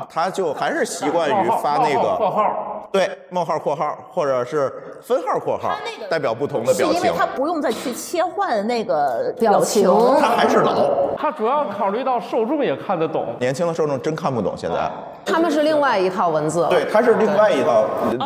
[SPEAKER 1] 他就还是习惯于发那
[SPEAKER 4] 冒号
[SPEAKER 1] 个
[SPEAKER 4] 冒号，
[SPEAKER 1] 对冒号括号或者是分号括号，代表不同的
[SPEAKER 2] 是
[SPEAKER 1] 表
[SPEAKER 2] 因为
[SPEAKER 1] 情。
[SPEAKER 2] 他不用再去切换那个
[SPEAKER 3] 表情
[SPEAKER 1] 他还是老，
[SPEAKER 4] 他主要考虑到受众也看得懂。
[SPEAKER 1] 年轻的受众真看不懂现在。
[SPEAKER 3] 他们是另外一套文字了，
[SPEAKER 1] 啊对，它是另外一套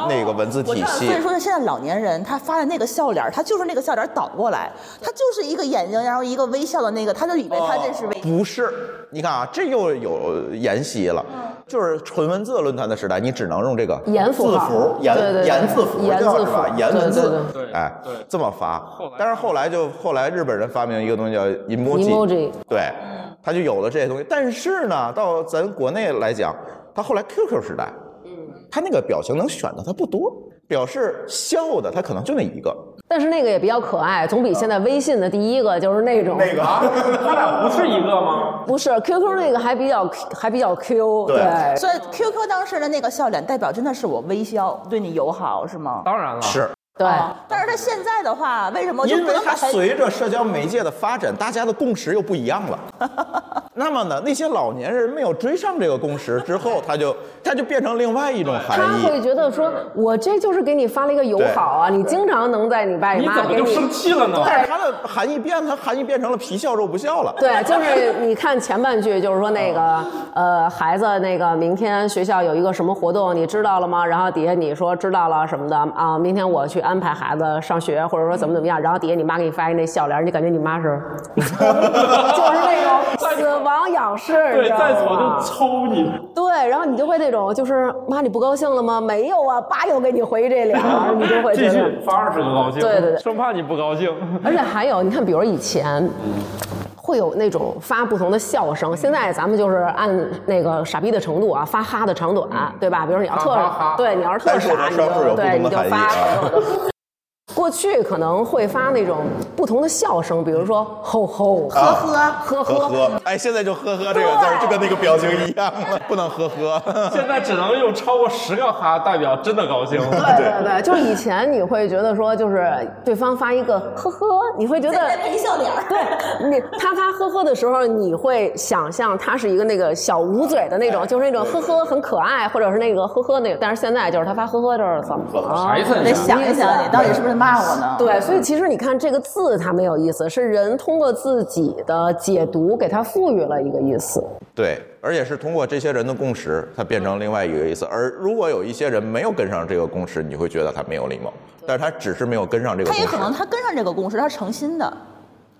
[SPEAKER 1] 那个文字
[SPEAKER 2] 我知
[SPEAKER 1] 体
[SPEAKER 2] 道，所
[SPEAKER 1] 系
[SPEAKER 2] 以。说现在老年人他发的那个笑脸儿，他就是那个笑脸儿倒过来，他就是一个眼睛，然后一个微笑的那个，他就以为他这是微。
[SPEAKER 1] 不是，你看啊，这又有沿袭了，就是纯文字论坛的时代，你只能用这个
[SPEAKER 3] 颜符
[SPEAKER 1] 字
[SPEAKER 3] 号
[SPEAKER 1] 符、颜
[SPEAKER 3] 对对对
[SPEAKER 1] 颜字符
[SPEAKER 3] 颜
[SPEAKER 1] 叫
[SPEAKER 3] 字
[SPEAKER 1] 是吧
[SPEAKER 3] 符？
[SPEAKER 1] 颜文
[SPEAKER 3] 对
[SPEAKER 1] 字
[SPEAKER 3] 对，
[SPEAKER 4] 对对
[SPEAKER 1] 哎
[SPEAKER 4] 对，
[SPEAKER 1] 这么发
[SPEAKER 4] 后来。
[SPEAKER 1] 但是后来就后来日本人发明一个东西叫
[SPEAKER 3] emoji
[SPEAKER 1] 对，他就有了这些东西。但是呢，到咱国内来讲，他后来 QQ 时代，
[SPEAKER 4] 嗯
[SPEAKER 1] 他那个表情能选的他不多，表示笑的他可能就那一个，
[SPEAKER 3] 但是那个也比较可爱，总比现在微信的第一个就是那种
[SPEAKER 1] 那个。 啊
[SPEAKER 4] 他俩不是一个吗？
[SPEAKER 3] 不是 QQ 那个还比较还比较 Q，
[SPEAKER 1] 对
[SPEAKER 2] 所以 QQ 当时的那个笑脸代表真的是我微笑，对你友好是吗？
[SPEAKER 4] 当然了，
[SPEAKER 1] 是，
[SPEAKER 3] 对，
[SPEAKER 2] 啊但是他现在的话，为什么就
[SPEAKER 1] 因
[SPEAKER 2] 不
[SPEAKER 1] 为
[SPEAKER 2] 能
[SPEAKER 1] 它
[SPEAKER 2] 把它
[SPEAKER 1] 随着社交媒介的发展，大家的共识又不一样了。 那么呢，那些老年人没有追上这个共识之后，他就他就变成另外一种含
[SPEAKER 3] 他会
[SPEAKER 1] 义。
[SPEAKER 3] 觉得说，我这就是给你发了一个友好啊，你经常能在你爸你
[SPEAKER 4] 你
[SPEAKER 3] 妈
[SPEAKER 4] 怎么
[SPEAKER 3] 给
[SPEAKER 4] 就
[SPEAKER 3] 你。
[SPEAKER 4] 生气了呢？
[SPEAKER 1] 但是它的含义变，它含义变成了皮笑肉不笑了。
[SPEAKER 3] 对，就是你看前半句，就是说那个
[SPEAKER 4] 嗯
[SPEAKER 3] 呃，孩子那个明天学校有一个什么活动，你知道了吗？然后底下你说知道了什么的啊，明天我去安排孩子上学，或者说怎么怎么样，然后底下你妈给你发一那笑脸，你感觉你妈是，就是那种 死亡仰视，你
[SPEAKER 4] 对，
[SPEAKER 3] 知道
[SPEAKER 4] 再瞅
[SPEAKER 3] 吗
[SPEAKER 4] 就抽你。
[SPEAKER 3] 对，然后你就会那种就是妈，你不高兴了吗？没有啊，爸又给你回这脸 儿，你就会觉
[SPEAKER 4] 继
[SPEAKER 3] 得。
[SPEAKER 4] 续发二十个高兴，
[SPEAKER 3] 对对对
[SPEAKER 4] 生怕你不高兴。
[SPEAKER 3] 而且还有，你看，比如以前。会有那种发不同的笑声，现在咱们就是按那个傻逼的程度啊，发哈的长短，对吧？比如你要特
[SPEAKER 4] 嗯哈哈哈
[SPEAKER 3] 对，你要是特
[SPEAKER 1] 单数
[SPEAKER 3] 傻，
[SPEAKER 1] 和
[SPEAKER 3] 你
[SPEAKER 1] 双数有
[SPEAKER 3] 就
[SPEAKER 1] 不
[SPEAKER 3] 对
[SPEAKER 1] 同
[SPEAKER 3] 你
[SPEAKER 1] 的
[SPEAKER 3] 就
[SPEAKER 1] 含义
[SPEAKER 3] 发
[SPEAKER 1] 啊。
[SPEAKER 3] 过去可能会发那种不同的笑声，比如说吼吼、呵
[SPEAKER 1] 啊呵
[SPEAKER 3] 呵呵
[SPEAKER 1] 呵，哎，现在就呵呵这个字儿就跟那个表情一样了，不能呵呵。
[SPEAKER 4] 现在只能用超过十个哈代表真的高 兴。
[SPEAKER 3] 对对对，就是以前你会觉得说，就是对方发一个呵呵，你会觉得
[SPEAKER 2] 再配一笑脸儿？
[SPEAKER 3] 对你，他发呵呵的时候，你会想象他是一个那个小捂嘴的那种，就是那种呵呵很可爱，或者是那个呵呵那个。但是现在就是他发呵呵就是怎么了？
[SPEAKER 2] 得想一想，你到底是不是骂骂我呢。
[SPEAKER 3] 对，所以其实你看这个字它没有意思，是人通过自己的解读给它赋予了一个意思。
[SPEAKER 1] 对，而且是通过这些人的共识，它变成另外一个意思。而如果有一些人没有跟上这个共识，你会觉得他没有礼貌，但是他只是没有跟上这个
[SPEAKER 2] 他
[SPEAKER 1] 共识。
[SPEAKER 2] 也可能他跟上这个公式，他是诚心的。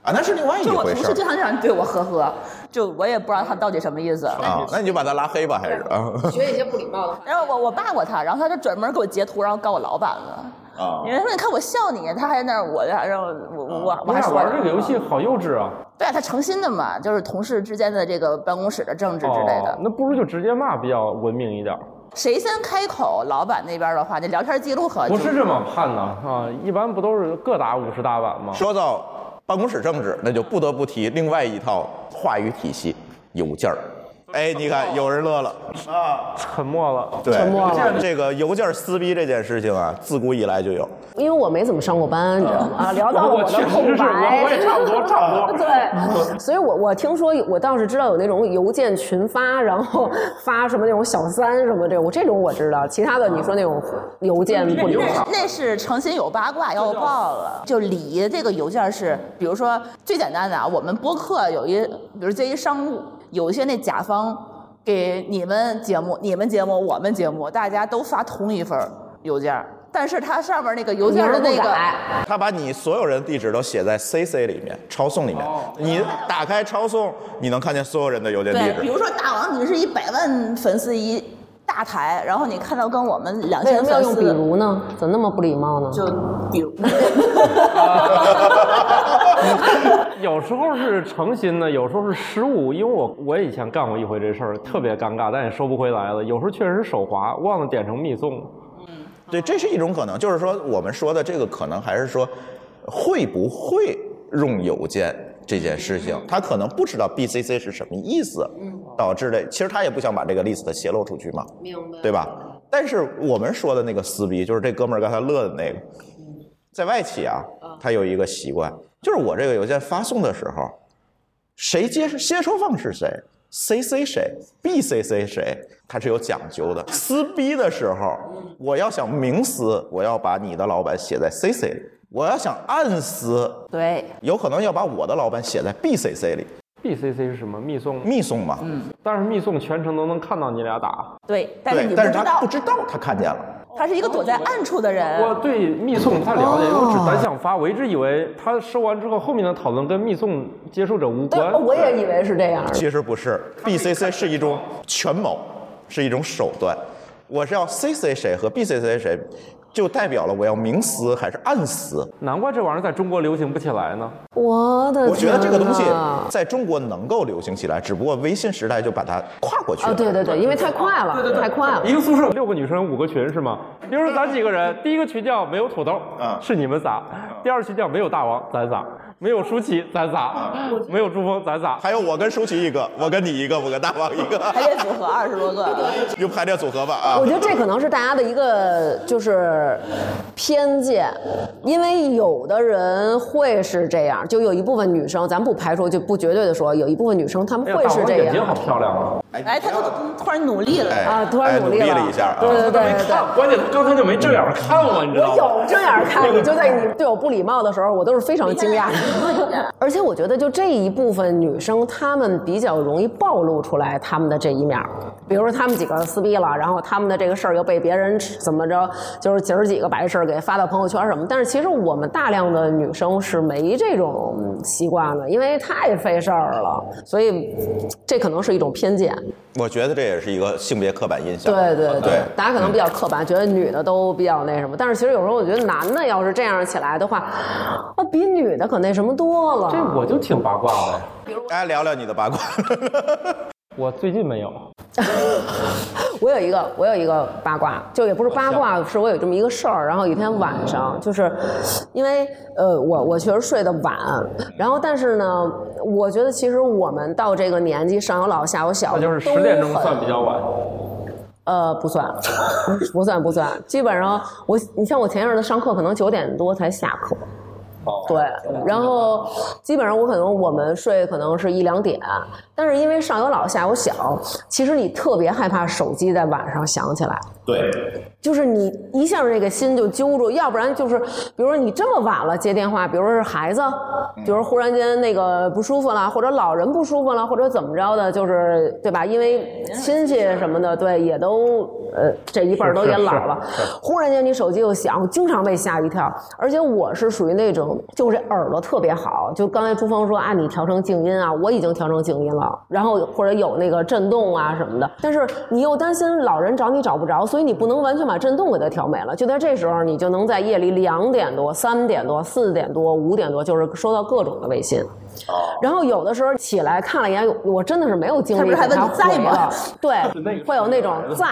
[SPEAKER 1] 啊，那是另外一
[SPEAKER 2] 就我
[SPEAKER 1] 回
[SPEAKER 2] 同
[SPEAKER 1] 事
[SPEAKER 2] 事
[SPEAKER 1] 儿
[SPEAKER 2] 经常这样对我呵呵，就我也不知道他到底什么意思。
[SPEAKER 1] 啊，那你就把他拉黑吧，还是啊
[SPEAKER 3] 学一些不礼貌的话。
[SPEAKER 2] 然后我我骂过他，然后他就专门给我截图，然后告我老板了。
[SPEAKER 4] 哦
[SPEAKER 1] 啊
[SPEAKER 2] 你说你看我笑你，他还在那儿我然后我我我
[SPEAKER 4] 你
[SPEAKER 2] 还嗯
[SPEAKER 4] 俩
[SPEAKER 2] 说
[SPEAKER 4] 玩这个游戏好幼稚啊！
[SPEAKER 2] 对啊，他诚心的嘛，就是同事之间的这个办公室的政治之类的啊
[SPEAKER 4] 哦，。那不如就直接骂比较文明一点儿。
[SPEAKER 2] 谁先开口，老板那边的话，那聊天记录可
[SPEAKER 4] 不是这么判的啊，一般不都是各打五十大板吗？
[SPEAKER 1] 说到办公室政治，那就不得不提另外一套话语体系——邮件儿。哎，你看，有人乐了。
[SPEAKER 4] 沉默了。
[SPEAKER 1] 对，
[SPEAKER 3] 沉默了
[SPEAKER 1] 这个邮件撕逼这件事情啊，自古以来就有。
[SPEAKER 3] 因为我没怎么上过班，你知道吗？啊，聊到
[SPEAKER 4] 我
[SPEAKER 3] 我
[SPEAKER 4] 确
[SPEAKER 3] 的
[SPEAKER 4] 实
[SPEAKER 3] 空
[SPEAKER 4] 是
[SPEAKER 3] 白，
[SPEAKER 4] 我我也差 不多差不多
[SPEAKER 3] 对，所以我我听说有，我倒是知道有那种邮件群发，然后发什么那种小三什么这种，我这种我知道，其他的你说那种邮件不知道。
[SPEAKER 2] 那是诚心有八卦要报了。就礼仪这个邮件是，比如说最简单的啊，我们播客有一，比如接一商务，有一些那甲方给你们节目、你们节目、我们节目，大家都发同一份儿邮件儿，但是它上面那个邮件儿的那
[SPEAKER 3] 名儿不
[SPEAKER 2] 个。
[SPEAKER 3] 改
[SPEAKER 1] 他把你所有人地址都写在 CC 里面，抄送里面。你打开抄送，你能看见所有人的邮件
[SPEAKER 2] 对，
[SPEAKER 1] 地
[SPEAKER 2] 比
[SPEAKER 1] 址。
[SPEAKER 2] 如说大王，你是一百万粉丝一大台，然后你看到跟我们两
[SPEAKER 3] 为什
[SPEAKER 2] 千
[SPEAKER 3] 么要
[SPEAKER 2] 粉
[SPEAKER 3] 用
[SPEAKER 2] 丝
[SPEAKER 3] 比如呢？怎么那么不礼貌呢？
[SPEAKER 2] 就比如，
[SPEAKER 4] 有时候是诚心的，有时候是失误。因为我我以前干过一回这事儿，特别尴尬，但也收不回来了。有时候确实是手滑，忘了点成密送。
[SPEAKER 1] 对，这是一种可能，就是说我们说的这个可能还是说会不会用邮件这件事情，他可能不知道 BCC 是什么意思，导致的。其实他也不想把这个 list 泄露出去嘛，对吧？但是我们说的那个撕逼，就是这哥们儿刚才乐的那个，在外企啊，他有一个习惯，就是我这个邮件发送的时候，谁接接收方是谁，CC 谁，BCC 谁，它是有讲究的。撕逼的时候，我要想明撕，我要把你的老板写在 CC 里；我要想暗撕，
[SPEAKER 2] 对，
[SPEAKER 1] 有可能要把我的老板写在 BCC 里，
[SPEAKER 4] BCC 是什么？密送，
[SPEAKER 1] 密送嘛。
[SPEAKER 4] 但是密送全程都能看到你俩打。
[SPEAKER 2] 对，嗯但是
[SPEAKER 1] 对
[SPEAKER 2] 你，不
[SPEAKER 1] 但是
[SPEAKER 2] 知
[SPEAKER 1] 他
[SPEAKER 2] 道
[SPEAKER 1] 不，知道，他看见了。
[SPEAKER 2] 他是一个躲在暗处的人。
[SPEAKER 4] 我对密送不太了
[SPEAKER 2] 哦
[SPEAKER 4] 解，因为我只单向发，我一直以为他收完之后，后面的讨论跟密送接受者无
[SPEAKER 3] 对
[SPEAKER 4] 关。，
[SPEAKER 3] 我也以为是这样的。
[SPEAKER 1] 其实不是，BCC 是一种权谋，是一种手段。我是要 CC 谁和 BCC 谁，就代表了我要明撕还是暗撕。
[SPEAKER 4] 难怪这玩意儿在中国流行不起来呢。
[SPEAKER 3] 我的天哪，
[SPEAKER 1] 我觉得这个东西在中国能够流行起来，只不过微信时代就把它跨过去了。
[SPEAKER 3] 啊，对对对，因为太快了，太快了。
[SPEAKER 4] 一个宿舍六个女生五个群是吗？比如说咱几个人，第一个群叫没有土豆，
[SPEAKER 1] 嗯
[SPEAKER 4] 是你们仨；第二群叫没有大王，咱仨；没有舒淇，咱仨；
[SPEAKER 3] 啊
[SPEAKER 4] 没有珠峰，咱仨。
[SPEAKER 1] 还有我跟舒淇一个，我跟你一个，我跟大王一
[SPEAKER 2] 排
[SPEAKER 1] 个，
[SPEAKER 2] 列组合二十多个，
[SPEAKER 1] 就排列组合吧啊
[SPEAKER 3] 我！觉得这可能是大家的一个就是偏见，因为有的人会是这样，就有一部分女生，咱不排除就不绝对的说，有一部分女生她们
[SPEAKER 4] 哎呀，
[SPEAKER 3] 会
[SPEAKER 4] 大
[SPEAKER 3] 是
[SPEAKER 4] 王
[SPEAKER 3] 这
[SPEAKER 4] 眼睛
[SPEAKER 3] 样
[SPEAKER 4] 好漂亮啊！
[SPEAKER 2] 哎，他都突然努力了。
[SPEAKER 1] 哎
[SPEAKER 3] 啊，突然
[SPEAKER 1] 哎
[SPEAKER 3] 努
[SPEAKER 1] 努
[SPEAKER 3] 力
[SPEAKER 1] 了一下啊！
[SPEAKER 3] 对对对对对。
[SPEAKER 4] 看，关键他刚才就没正眼看我，你知
[SPEAKER 3] 我有这样看你，就在你对我不礼貌的时候，我都是非常惊讶的。而且我觉得，就这一部分女生，她们比较容易暴露出来她们的这一面儿。比如说，她们几个撕逼了，然后她们的这个事儿又被别人怎么着，就是姐儿几个把这事儿给发到朋友圈什么。但是其实我们大量的女生是没这种习惯的，因为太费事儿了，所以这可能是一种偏见。
[SPEAKER 1] 我觉得这也是一个性别刻板印象。
[SPEAKER 3] 对对
[SPEAKER 1] 对
[SPEAKER 3] 啊大家可能比较刻板，觉得女的都比较那什么，但是其实有时候我觉得男的要是这样起来的话，啊，比女的可那什么多了。
[SPEAKER 4] 这我就挺八卦的。
[SPEAKER 1] 哎，聊聊你的八卦。
[SPEAKER 4] 我最近没有，
[SPEAKER 3] 我有一个，我有一个八卦，就也不是八卦，是我有这么一个事儿。然后有一天晚上，就是因为呃，我我确实睡得晚，然后但是呢，我觉得其实我们到这个年纪，上有老下有小，
[SPEAKER 4] 那就是
[SPEAKER 3] 都
[SPEAKER 4] 十点钟
[SPEAKER 3] 很
[SPEAKER 4] 算比较晚。
[SPEAKER 3] 呃，不算，不算，不算。基本上我，你像我前一阵子上课，可能九点多才下课。对，然后基本上我可能我们睡可能是一两点，但是因为上有老下有小，其实你特别害怕手机在晚上响起来，
[SPEAKER 1] 对，
[SPEAKER 3] 就是你一下这个心就揪住，要不然就是，比如说你这么晚了接电话，比如说是孩子，比如说忽然间那个不舒服了，或者老人不舒服了，或者怎么着的，就是对吧？因为亲戚什么的，对，也都呃这一辈儿都也老了，忽然间你手机又响，我经常被吓一跳。而且我是属于那种，就是耳朵特别好，就刚才朱峰说啊，你调成静音啊，我已经调成静音了，然后或者有那个震动啊什么的，但是你又担心老人找你找不着，所以你不能完全把震动给它调没了。就在这时候，你就能在夜里两点多、三点多、四点多、五点多，就是收到各种的微信。然后有的时候起来看了一眼，我真的是没有精
[SPEAKER 2] 他不
[SPEAKER 3] 力
[SPEAKER 2] 是还
[SPEAKER 3] 给
[SPEAKER 2] 问
[SPEAKER 3] 它
[SPEAKER 2] 你在
[SPEAKER 3] 回
[SPEAKER 2] 吗
[SPEAKER 3] 了。对
[SPEAKER 4] 是那个，
[SPEAKER 3] 会有那种在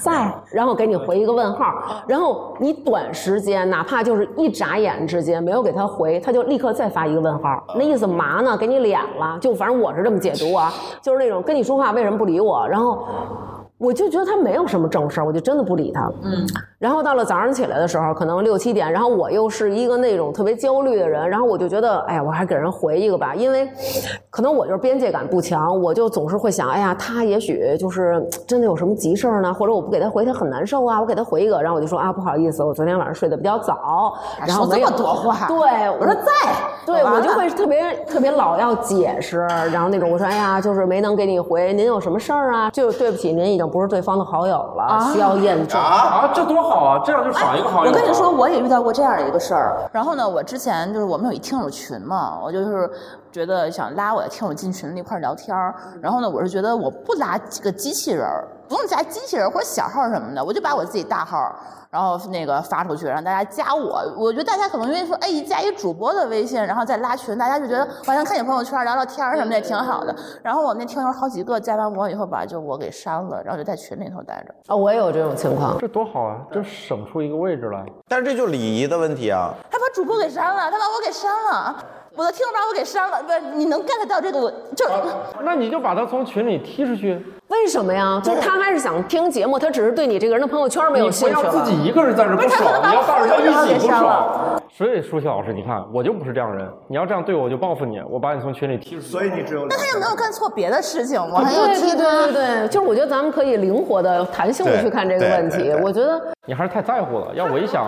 [SPEAKER 3] 在，然后给你回一个问号，
[SPEAKER 2] 啊
[SPEAKER 3] 然后你短时间哪怕就是一眨眼之间没有给他回，他就立刻再发一个问
[SPEAKER 4] 啊
[SPEAKER 3] 号，那意思嘛呢？给你脸了，就反正我是这么解读啊，就是那种跟你说话为什么不理我，然后。我就觉得他没有什么正事儿，我就真的不理他。嗯，然后到了早上起来的时候，可能六七点，然后我又是一个那种特别焦虑的人，然后我就觉得，哎呀，我还给人回一个吧，因为可能我就是边界感不强，我就总是会想，哎呀，他也许就是嘖真的有什么急事儿呢，或者我不给他回，他很难受啊，我给他回一个，然后我就说啊，不好意思，我昨天晚上睡得比较早，然后
[SPEAKER 2] 哎说
[SPEAKER 3] 没
[SPEAKER 2] 这
[SPEAKER 3] 有
[SPEAKER 2] 么多话，
[SPEAKER 3] 对，
[SPEAKER 2] 我说在，
[SPEAKER 3] 对，
[SPEAKER 2] 完
[SPEAKER 3] 我就
[SPEAKER 2] 了
[SPEAKER 3] 会特别特别老要解释，然后那种我说哎呀，就是没能给你回，您有什么事儿啊？就对不起，您已经不是对方的好友了，需要验证。
[SPEAKER 4] 啊，这多好啊，这样就少一个好友。
[SPEAKER 2] 我跟你说，，我也遇到过这样的一个事儿。然后呢，我之前就是我们有一听友群嘛，我就是觉得想拉我的听友进群里一块儿聊天儿。然后呢，我是觉得我不拉几个机器人儿，不用加机器人儿或者小号儿什么的，我就把我自己大号儿，然后那个发出去，让大家加我。我觉得大家可能因为说，哎，一加一主播的微信，然后再拉群，大家就觉得晚上看你朋友圈儿聊聊天儿什么的也挺好的。然后我那听友好几个加完我以后吧，就我给删了，然后就在群里头待着。
[SPEAKER 3] 啊、我也有这种情况。
[SPEAKER 4] 这多好啊，这省出一个位置来。
[SPEAKER 1] 但是这就礼仪的问题啊。
[SPEAKER 2] 他把主播给删了，他把我给删了，我的听众把我给删了，不是你能 get 到这个我就是
[SPEAKER 4] 那你就把他从群里踢出去，
[SPEAKER 3] 为什么呀？就是他还是想听节目，他只是对你这个人的朋友圈没有兴趣
[SPEAKER 4] 你不要自
[SPEAKER 3] 了。
[SPEAKER 4] 己一个人在这不
[SPEAKER 2] 不是他
[SPEAKER 4] 爽，
[SPEAKER 2] 可能把
[SPEAKER 4] 你要带着他一起
[SPEAKER 2] 我
[SPEAKER 4] 不
[SPEAKER 2] 朋友圈给删
[SPEAKER 4] 爽。所以舒淇老师，你看我就不是这样人，你要这样对我，我就报复你，我把你从群里踢出去。
[SPEAKER 1] 所以你只有
[SPEAKER 2] 那他又没有干错别的事情，我还要
[SPEAKER 3] 对
[SPEAKER 2] 踢
[SPEAKER 3] 对
[SPEAKER 2] 他
[SPEAKER 3] 对对。
[SPEAKER 4] 啊
[SPEAKER 3] 对，就是我觉得咱们可以灵活的、弹性的
[SPEAKER 1] 对
[SPEAKER 3] 去看这个
[SPEAKER 1] 对
[SPEAKER 3] 问
[SPEAKER 1] 对
[SPEAKER 3] 题
[SPEAKER 1] 对。
[SPEAKER 3] 我觉得
[SPEAKER 4] 你还是太在乎了。要我一想，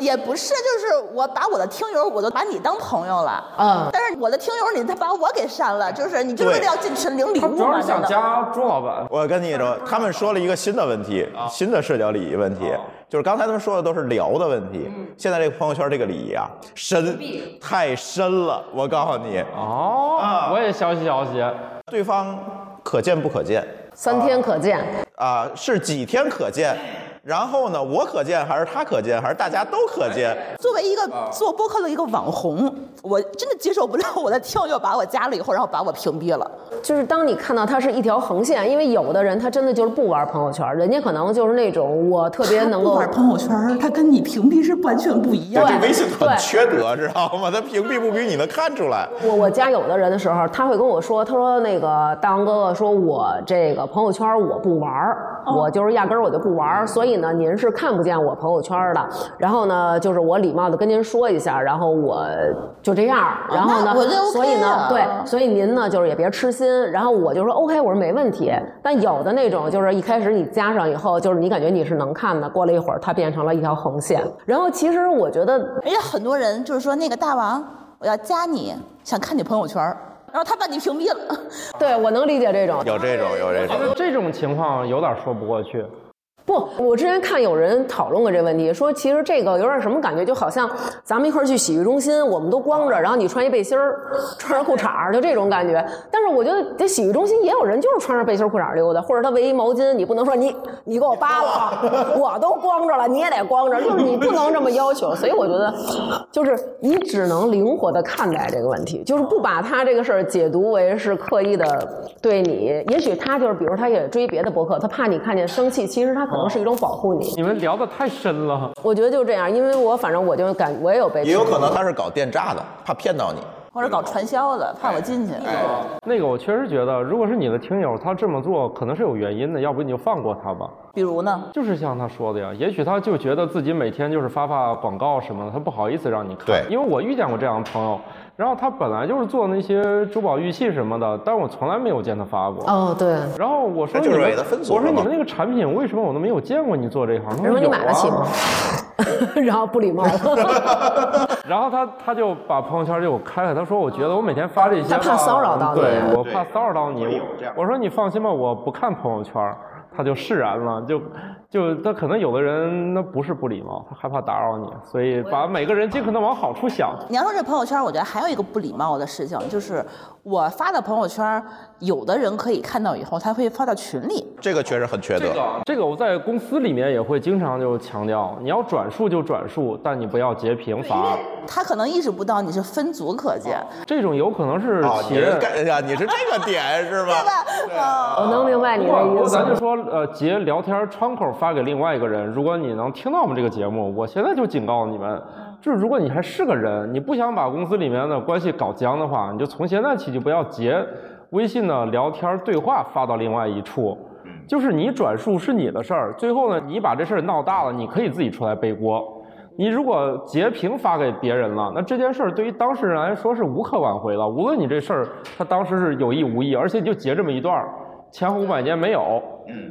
[SPEAKER 2] 也不是，就是我把我的听友，我都把你当朋友了，
[SPEAKER 3] 嗯
[SPEAKER 2] 但是我的听友你他把我给删了，就是你就是为了要进群领礼
[SPEAKER 4] 他主
[SPEAKER 2] 物
[SPEAKER 4] 要
[SPEAKER 2] 嘛，
[SPEAKER 4] 是
[SPEAKER 2] 真
[SPEAKER 4] 想
[SPEAKER 2] 的
[SPEAKER 4] 加朱老板。
[SPEAKER 1] 我跟你说，他们说了一个新的问题，
[SPEAKER 2] 啊
[SPEAKER 1] 新的社交礼仪问题，就是刚才他们说的都是聊的问题，
[SPEAKER 2] 嗯
[SPEAKER 1] 现在这个朋友圈这个礼仪啊，深太深了。我告诉你，
[SPEAKER 4] 哦
[SPEAKER 1] 啊，
[SPEAKER 4] 我也消息消息。
[SPEAKER 1] 对方可见不可见
[SPEAKER 3] 三天可见，
[SPEAKER 1] 啊？是几天可见？然后呢，我可见还是他可见，还是大家都可见？
[SPEAKER 2] 作为一
[SPEAKER 4] 啊
[SPEAKER 2] 个做播客的一个网红，我真的接受不了我的听友把我加了以后，然后把我屏蔽了。
[SPEAKER 3] 就是当你看到它是一条横线，因为有的人他真的就是不玩朋友圈，人家可能就是那种我特别能够
[SPEAKER 2] 朋友圈，他跟你屏蔽是完全不一
[SPEAKER 1] 对，
[SPEAKER 2] 样
[SPEAKER 1] 这微信很
[SPEAKER 3] 对
[SPEAKER 1] 缺德，知道吗？他屏蔽不比你能看出来。
[SPEAKER 3] 我我家有的人的时候，他会跟我说，他说那个大王哥哥说我这个朋友圈我不玩儿，
[SPEAKER 2] 哦
[SPEAKER 3] 我就是压根儿我就不玩儿，所以呢您是看不见我朋友圈的。然后呢，就是我礼貌的跟您说一下，然后我就这样儿。然后
[SPEAKER 2] 哦
[SPEAKER 3] 呢，
[SPEAKER 2] 那我就 OK
[SPEAKER 3] 所以呢
[SPEAKER 2] 啊，
[SPEAKER 3] 对，所以您呢就是也别痴心。然后我就说 OK，我说没问题。但有的那种就是一开始你加上以后，就是你感觉你是能看的，过了一会儿它变成了一条横线。然后其实我觉得
[SPEAKER 2] 而且很多人就是说那个大王，我要加你，想看你朋友圈儿，然后他把你屏蔽了。
[SPEAKER 3] 对我能理解这种，
[SPEAKER 1] 有这种，有这种。
[SPEAKER 4] 这种情况有点说不过去。
[SPEAKER 3] 不，我之前看有人讨论过这问题，说其实这个有点什么感觉，就好像咱们一块儿去洗浴中心，我们都光着，然后你穿一背心儿，穿上裤衩儿，就这种感觉。但是我觉得这洗浴中心也有人就是穿上背心儿裤衩儿溜达，或者他围一毛巾，你不能说你你给我扒了， 我都光着了，你也得光着，就是你不能这么要求。所以我觉得，就是你只能灵活的看待这个问题，就是不把他这个事儿解读为是刻意的对你。也许他就是，比如他也追别的博客，他怕你看见生气，其实他可能是一种保护你。
[SPEAKER 4] 你们聊的太深了，
[SPEAKER 3] 我觉得就这样，因为我反正我就感我也有被
[SPEAKER 1] 也有可能他是搞电诈的，怕骗到你。
[SPEAKER 2] 或者搞传销的，怕我进去。哎
[SPEAKER 4] 那个我确实觉得，如果是你的听友，他这么做可能是有原因的，要不你就放过他吧。
[SPEAKER 2] 比如呢？
[SPEAKER 4] 就是像他说的呀，也许他就觉得自己每天就是发发广告什么的，他不好意思让你看。
[SPEAKER 1] 对
[SPEAKER 4] 因为我遇见过这样的朋友，然后他本来就是做那些珠宝玉器什么的，但我从来没有见他发过。
[SPEAKER 3] 哦，对，
[SPEAKER 4] 然后我说
[SPEAKER 1] 那
[SPEAKER 4] 你
[SPEAKER 1] 就是
[SPEAKER 4] 们，
[SPEAKER 1] 给他分组
[SPEAKER 4] 我说
[SPEAKER 1] 了
[SPEAKER 4] 你
[SPEAKER 1] 嘛
[SPEAKER 4] 们那个产品为什么我都没有见过你做这一行？他
[SPEAKER 3] 人
[SPEAKER 4] 说
[SPEAKER 3] 说你
[SPEAKER 4] 有
[SPEAKER 3] 买得起
[SPEAKER 4] 啊
[SPEAKER 3] 吗？ 然后不礼貌，
[SPEAKER 4] 然后他他就把朋友圈就给我开了，他说我觉得我每天发这些吧，
[SPEAKER 3] 他怕骚扰到你
[SPEAKER 4] 对我
[SPEAKER 1] 对
[SPEAKER 4] 怕骚扰到你
[SPEAKER 1] 会有这样。
[SPEAKER 4] 我说你放心吧，我不看朋友圈。他就释然了，就就他可能有的人那不是不礼貌，他害怕打扰你，所以把每个人尽可能往好处想。
[SPEAKER 2] 你要说这朋友圈，我觉得还有一个不礼貌的事情，就是我发的朋友圈，有的人可以看到以后，他会发到群里。
[SPEAKER 1] 这个确实很缺德。
[SPEAKER 4] 这个我在公司里面也会经常就强调，你要转述就转述，但你不要截屏发。
[SPEAKER 2] 他可能意识不到你是分组可见，
[SPEAKER 4] 这种有可能是
[SPEAKER 1] 哦，
[SPEAKER 4] 企
[SPEAKER 1] 你
[SPEAKER 4] 业
[SPEAKER 1] 是干呀？你是这个点是吧？
[SPEAKER 3] 我能明白你
[SPEAKER 4] 不
[SPEAKER 3] 的
[SPEAKER 4] 过
[SPEAKER 3] 意思
[SPEAKER 4] 咱。就说，呃，截聊天窗口发给另外一个人，如果你能听到我们这个节目，我现在就警告你们，就是如果你还是个人，你不想把公司里面的关系搞僵的话，你就从现在起就不要截微信的聊天对话发到另外一处。就是你转述是你的事儿，最后呢，你把这事儿闹大了，你可以自己出来背锅。你如果截屏发给别人了，那这件事儿对于当事人来说是无可挽回了。无论你这事儿他当时是有意无意，而且你就截这么一段儿，前后五百年没有，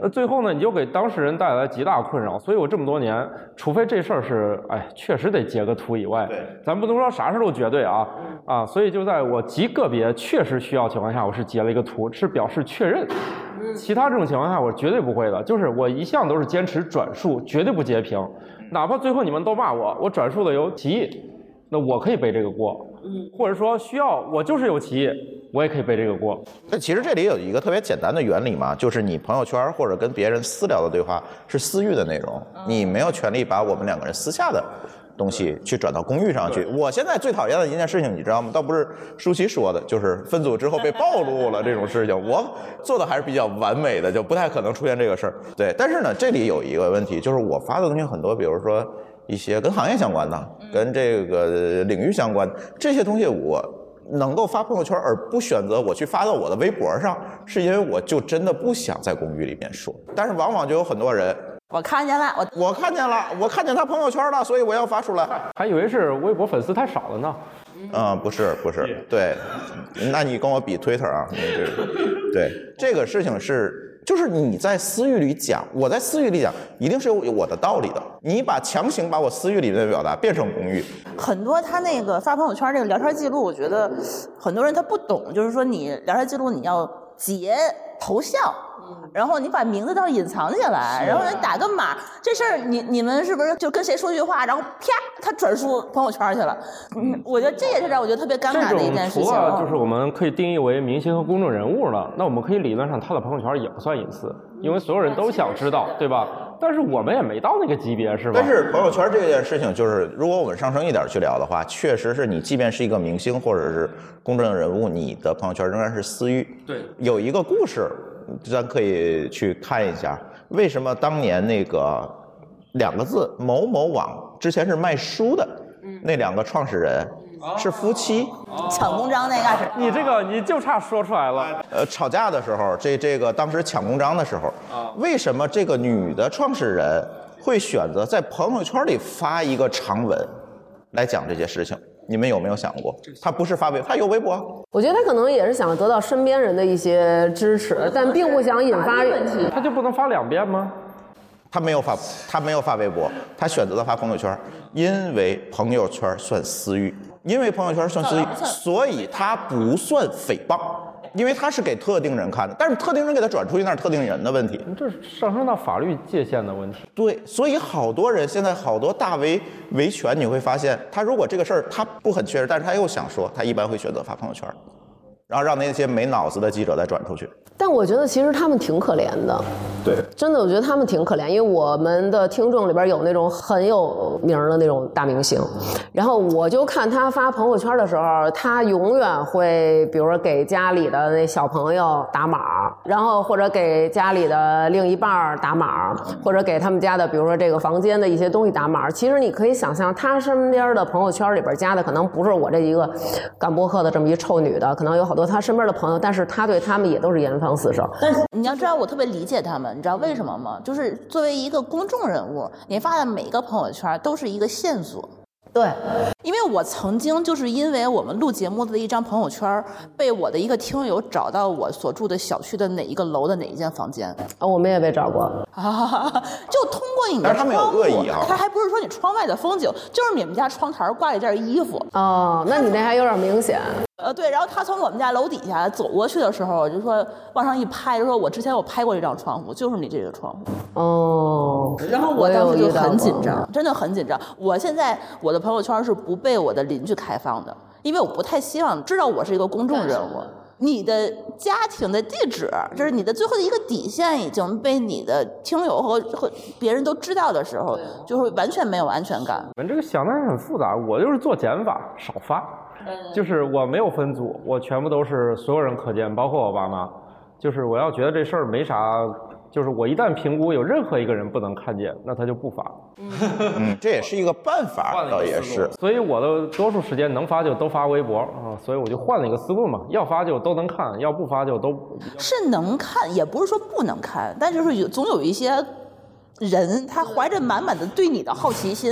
[SPEAKER 4] 那最后呢，你就给当事人带来极大困扰。所以我这么多年，除非这事儿是，哎，确实得截个图以外，咱不能说啥事儿都绝对啊啊。所以就在我极个别确实需要情况下，我是截了一个图，是表示确认。其他这种情况下，我绝对不会的。就是我一向都是坚持转述，绝对不截屏，哪怕最后你们都骂我，我转述的有歧义，那我可以背这个锅。或者说需要我就是有歧义，我也可以背这个锅。
[SPEAKER 1] 那其实这里有一个特别简单的原理嘛，就是你朋友圈或者跟别人私聊的对话是私域的内容，你没有权利把我们两个人私下的东西去转到公域上去。我现在最讨厌的一件事情，你知道吗？倒不是舒淇说的，就是分组之后被暴露了这种事情，我做的还是比较完美的，就不太可能出现这个事儿。对，但是呢，这里有一个问题，就是我发的东西很多，比如说一些跟行业相关的、跟这个领域相关的这些东西，我能够发朋友圈而不选择我去发到我的微博上，是因为我就真的不想在公寓里面说。但是往往就有很多人，
[SPEAKER 2] 我看见了，我
[SPEAKER 1] 我看见了，我看见他朋友圈了，所以我要发出来。
[SPEAKER 4] 还以为是微博粉丝太少了呢。
[SPEAKER 1] 嗯，不是不是，对，那你跟我比 Twitter 啊，你这个，对，这个事情是，就是你在私域里讲，我在私域里讲，一定是有有我的道理的。你把强行把我私域里面的表达变成公域，
[SPEAKER 2] 很多他那个发朋友圈这个聊天记录，我觉得很多人他不懂，就是说你聊天记录你要截头像。然后你把名字倒隐藏起来，然后人打个码，这事儿你你们是不是就跟谁说句话，然后啪，他转述朋友圈去了？嗯，我觉得这也是让我觉得特别尴
[SPEAKER 4] 这
[SPEAKER 2] 尬的一
[SPEAKER 4] 种
[SPEAKER 2] 件事
[SPEAKER 4] 除
[SPEAKER 2] 情。嗯
[SPEAKER 4] 了就是我们可以定义为明星和公众人物了，那我们可以理论上他的朋友圈也不算隐私，因为所有人都想知道，对吧？但是我们也没到那个级别，是吧？
[SPEAKER 1] 但是朋友圈这件事情，就是如果我们上升一点去聊的话，确实是你即便是一个明星或者是公众人物，你的朋友圈仍然是私域。
[SPEAKER 4] 对，
[SPEAKER 1] 有一个故事，咱可以去看一下，为什么当年那个两个字某某网之前是卖书的，
[SPEAKER 4] 嗯
[SPEAKER 1] 那两个创始人是夫妻。
[SPEAKER 4] 哦
[SPEAKER 2] 抢公章那个是
[SPEAKER 4] 你这个你就差说出来
[SPEAKER 2] 哎
[SPEAKER 4] 了，
[SPEAKER 1] 呃，吵架的时候，这这个当时抢公章的时候，为什么这个女的创始人会选择在朋友圈里发一个长文来讲这些事情？你们有没有想过？她不是发微，她有微博，
[SPEAKER 3] 我觉得他可能也是想得到身边人的一些支持，但并不想引发问题。
[SPEAKER 4] 他就不能发两遍吗？
[SPEAKER 1] 她没有发，她没有发微博，她选择了发朋友圈，因为朋友圈算私域，因为朋友圈算私域，所以她不算诽谤，因为她是给特定人看的，但是特定人给她转出去那是特定人的问题。
[SPEAKER 4] 这是上升到法律界限的问题。
[SPEAKER 1] 对，所以好多人现在好多大 V 维权，你会发现他如果这个事儿他不很确实，但是他又想说，他一般会选择发朋友圈儿。然后让那些没脑子的记者再转出去。
[SPEAKER 3] 但我觉得其实他们挺可怜的，
[SPEAKER 1] 对，
[SPEAKER 3] 真的，我觉得他们挺可怜，因为我们的听众里边有那种很有名儿的那种大明星，然后我就看他发朋友圈的时候，他永远会，比如说给家里的那小朋友打码，然后或者给家里的另一半儿打码，或者给他们家的，比如说这个房间的一些东西打码。其实你可以想象，他身边的朋友圈里边加的可能不是我这一个干播客的这么一臭女的，可能有好多他身边的朋友，但是他对他们也都是严防死守。
[SPEAKER 2] 但是你要知道，我特别理解他们，你知道为什么吗？就是作为一个公众人物，你发的每一个朋友圈都是一个线索。
[SPEAKER 3] 对，
[SPEAKER 2] 因为我曾经就是因为我们录节目的一张朋友圈，被我的一个听友找到我所住的小区的哪一个楼的哪一间房间，
[SPEAKER 3] 啊，我们也被找过。
[SPEAKER 2] 啊，就通过你的
[SPEAKER 1] 但是他
[SPEAKER 2] 窗
[SPEAKER 1] 没有
[SPEAKER 2] 户，
[SPEAKER 1] 恶意啊
[SPEAKER 2] 他还不是说你窗外的风景，就是你们家窗台挂了一件衣服，
[SPEAKER 3] 哦，那你那还有点明显。
[SPEAKER 2] 呃，对，然后他从我们家楼底下走过去的时候，我就说往上一拍，就说我之前我拍过这张窗户，就是你这个窗户。
[SPEAKER 3] 哦，
[SPEAKER 2] 嗯然后我当时
[SPEAKER 3] 也有
[SPEAKER 2] 就
[SPEAKER 3] 遇到
[SPEAKER 2] 很紧
[SPEAKER 3] 过
[SPEAKER 2] 张，真的很紧张。我现在我的朋友圈是不被我的邻居开放的，因为我不太希望知道我是一个公众人物。你的家庭的地址，这是你的最后的一个底线，已经被你的听友和和别人都知道的时候，就是完全没有安全感。
[SPEAKER 4] 我们这个想的还很复杂，我就是做减法，少发， 就是我没有分组，我全部都是所有人可见，包括我爸妈。就是我要觉得这事儿没啥，就是我一旦评估有任何一个人不能看见，那他就不发。
[SPEAKER 1] 嗯，这也是一个办法，倒也是。
[SPEAKER 4] 所以我的多数时间能发就都发微博啊，所以我就换了一个思路嘛，要发就都能看，要不发就都
[SPEAKER 2] 是能看，也不是说不能看，但就是有总有一些人，他怀着满满的对你的好奇心，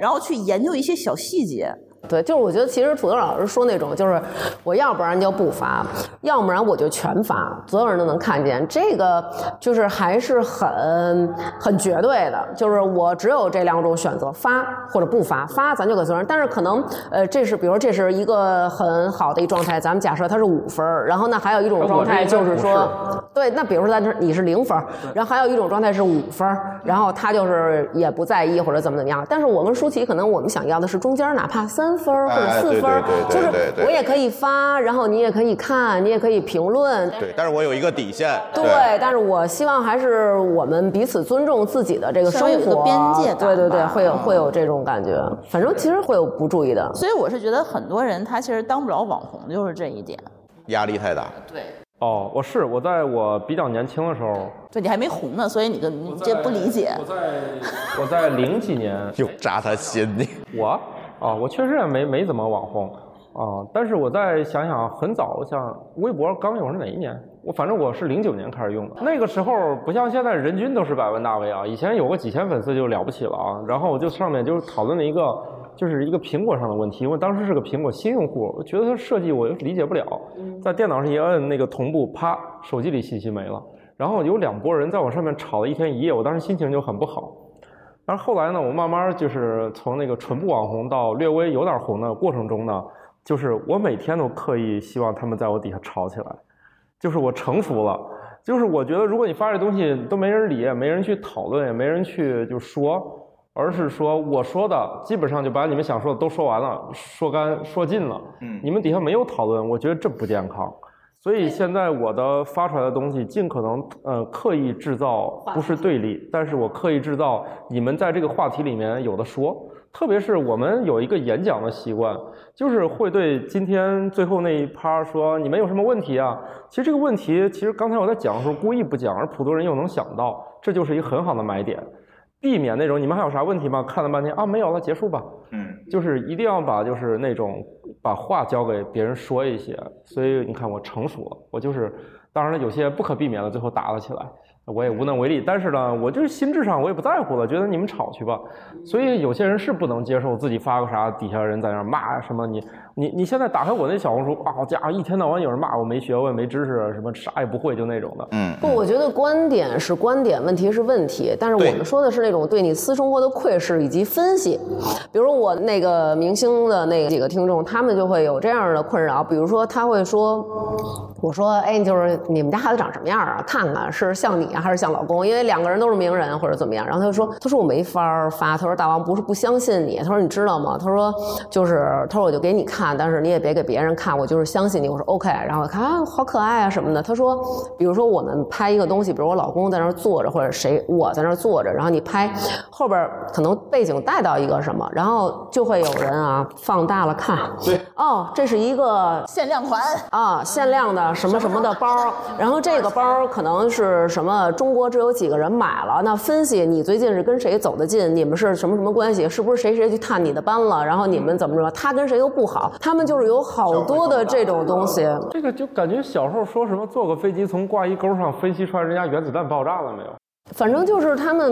[SPEAKER 2] 然后去研究一些小细节。
[SPEAKER 3] 对，就是我觉得其实土豆老师说那种，就是我要不然就不发，要不然我就全发，所有人都能看见。这个就是还是很很绝对的，就是我只有这两种选择，发或者不发。发咱就给所有人，但是可能呃，这是比如说这是一个很好的一状态，咱们假设它是五分儿，然后那还有一种状态就是
[SPEAKER 4] 啊我这应该
[SPEAKER 3] 说
[SPEAKER 4] 不是。
[SPEAKER 3] 对，那比如说咱这你是零分儿，然后还有一种状态是五分儿，然后他就是也不在意或者怎么怎么样。但是我跟舒淇可能我们想要的是中间儿哪怕三分儿或者
[SPEAKER 1] 哎
[SPEAKER 3] 四
[SPEAKER 1] 对
[SPEAKER 3] 分儿，
[SPEAKER 1] 对对对
[SPEAKER 3] 就是
[SPEAKER 1] 对对
[SPEAKER 3] 我也可以发，然后你也可以看，你也可以评论。
[SPEAKER 1] 对，但是我有一个底线。
[SPEAKER 3] 对，但是我希望还是我们彼此尊重自己的这个
[SPEAKER 2] 稍
[SPEAKER 3] 生
[SPEAKER 2] 微有一个
[SPEAKER 3] 活
[SPEAKER 2] 边界感
[SPEAKER 3] 对对对，
[SPEAKER 2] 吧
[SPEAKER 3] 会有会
[SPEAKER 1] 嗯
[SPEAKER 3] 有这种感觉。反正其实会有不注意的，
[SPEAKER 2] 所以我是觉得很多人他其实当不了网红，就是这一点。
[SPEAKER 1] 压力太大。
[SPEAKER 4] 哦，我是我在我比较年轻的时候，
[SPEAKER 2] 对你还没红呢，所以你就你这不理解。
[SPEAKER 4] 我在零几年
[SPEAKER 1] 又扎他心里。
[SPEAKER 4] 我啊、我确实也没没怎么网红啊、但是我再想想，很早，像微博刚有是哪一年？我反正我是零九年开始用的，那个时候不像现在人均都是百万大 V 啊，以前有个几千粉丝就了不起了啊。然后我就上面就是讨论了一个，就是一个苹果上的问题，因为当时是个苹果新用户，我觉得它设计我理解不了，在电脑上一摁那个同步，啪，手机里信息没了。然后有两拨人在我上面吵了一天一夜，我当时心情就很不好。但是后来呢，我慢慢就是从那个纯不网红到略微有点红的过程中呢，就是我每天都刻意希望他们在我底下吵起来，就是我臣服了。就是我觉得，如果你发这东西都没人理，也没人去讨论，也没人去就说，而是说我说的基本上就把你们想说的都说完了，说干说尽了。
[SPEAKER 1] 嗯
[SPEAKER 4] 你们底下没有讨论，我觉得这不健康。所以现在我的发出来的东西，尽可能呃刻意制造不是对立，但是我刻意制造你们在这个话题里面有的说。特别是我们有一个演讲的习惯，就是会对今天最后那一趴说你们有什么问题啊？其实这个问题，其实刚才我在讲的时候故意不讲，而普通人又能想到，这就是一个很好的买点，避免那种你们还有啥问题吗？看了半天啊没有了，结束吧。
[SPEAKER 1] 嗯，
[SPEAKER 4] 就是一定要把就是那种把话交给别人说一些，所以你看我成熟了，我就是当然了，有些不可避免的最后打了起来，我也无能为力。但是呢，我就是心智上我也不在乎了，觉得你们吵去吧。所以有些人是不能接受自己发个啥，底下人在那儿骂什么你你你现在打开我那小红书，好家伙，一天到晚有人骂我没学问、没知识，什么啥也不会，就那种的。
[SPEAKER 3] 不，我觉得观点是观点，问题是问题。但是我
[SPEAKER 1] 对
[SPEAKER 3] 们说的是那种对你私生活的窥视以及分析。比如我那个明星的那几个听众，他们就会有这样的困扰，比如说他会说。我说，哎，就是你们家孩子长什么样啊？看看是像你啊，还是像老公？因为两个人都是名人或者怎么样。然后他就说，他说我没法儿发，他说大王不是不相信你，他说你知道吗？他说就是，他说我就给你看，但是你也别给别人看，我就是相信你。我说 OK，然后我看啊，好可爱啊什么的。他说，比如说我们拍一个东西，比如我老公在那儿坐着，或者谁我在那儿坐着，然后你拍后边儿可能背景带到一个什么，然后就会有人啊放大了看，
[SPEAKER 1] 对，
[SPEAKER 3] 哦，这是一个
[SPEAKER 2] 限量款，
[SPEAKER 3] 啊，限量的什么什么的包，然后这个包可能是什么中国只有几个人买了，那分析你最近是跟谁走得近，你们是什么什么关系，是不是谁谁去探你的班了，然后你们怎么着，他跟谁又不好，他们就是有好多的这种东
[SPEAKER 1] 嗯
[SPEAKER 3] 西，
[SPEAKER 4] 这个就感觉小时候说什么坐个飞机从挂衣钩上分析出来人家原子弹爆炸了没有？
[SPEAKER 3] 反正就是他们，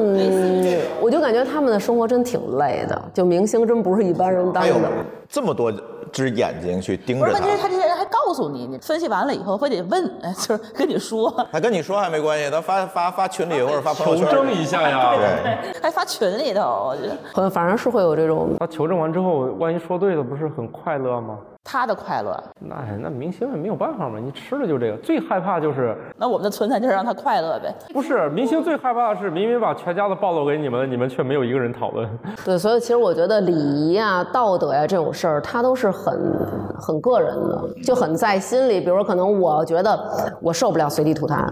[SPEAKER 3] 我就感觉他们的生活真挺累的，就明星真不是一般人当
[SPEAKER 1] 还有
[SPEAKER 3] 的。
[SPEAKER 1] 这么多只眼睛去盯
[SPEAKER 2] 不
[SPEAKER 1] 着
[SPEAKER 2] 是
[SPEAKER 1] 他
[SPEAKER 2] 问题，是他这些人还告诉你，你分析完了以后非得问，哎就是跟你说，
[SPEAKER 1] 他跟你说还没关系，他发发发群里或者发朋友
[SPEAKER 4] 求
[SPEAKER 1] 圈，
[SPEAKER 4] 证一下呀！
[SPEAKER 1] 对，
[SPEAKER 2] 还发群里头，我觉得
[SPEAKER 3] 呃反正是会有这种，
[SPEAKER 4] 他求证完之后，万一说对了，不是很快乐吗？
[SPEAKER 2] 他的快乐。
[SPEAKER 4] 那哎那明星也没有办法嘛，你吃了就这个。最害怕就是
[SPEAKER 2] 那我们的存在就是让他快乐呗。
[SPEAKER 4] 不是明星最害怕的是，明明把全家都暴露给你们了，你们却没有一个人讨论。
[SPEAKER 3] 对，所以其实我觉得礼仪啊、道德呀、这种事儿，它都是很很个人的，就很在心里。比如说可能我觉得我受不了随地吐痰，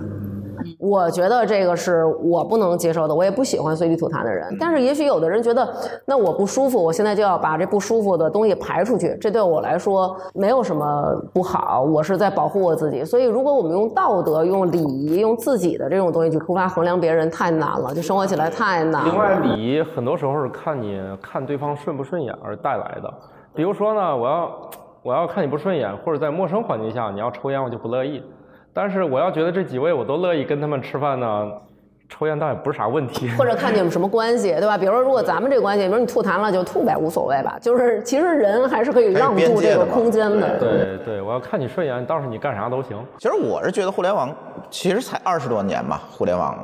[SPEAKER 3] 我觉得这个是我不能接受的，我也不喜欢随地吐痰的人。但是也许有的人觉得，那我不舒服，我现在就要把这不舒服的东西排出去，这对我来说没有什么不好，我是在保护我自己。所以，如果我们用道德、用礼仪、用自己的这种东西去出发衡量别人，太难了，就生活起来太难了。
[SPEAKER 4] 另外，礼仪很多时候是看你看对方顺不顺眼而带来的。比如说呢，我要我要看你不顺眼，或者在陌生环境下你要抽烟，我就不乐意。但是我要觉得这几位我都乐意跟他们吃饭呢，抽烟倒也不是啥问题。
[SPEAKER 3] 或者看你们什么关系，对吧？比如说，如果咱们这关系，比如你吐痰了就吐呗，无所谓吧。就是其实人还是可以让渡这个空间
[SPEAKER 1] 还有边界的嘛
[SPEAKER 3] 的。
[SPEAKER 4] 对对，我要看你顺眼，倒是你干啥都行。
[SPEAKER 1] 其实我是觉得互联网其实才二十多年吧，互联网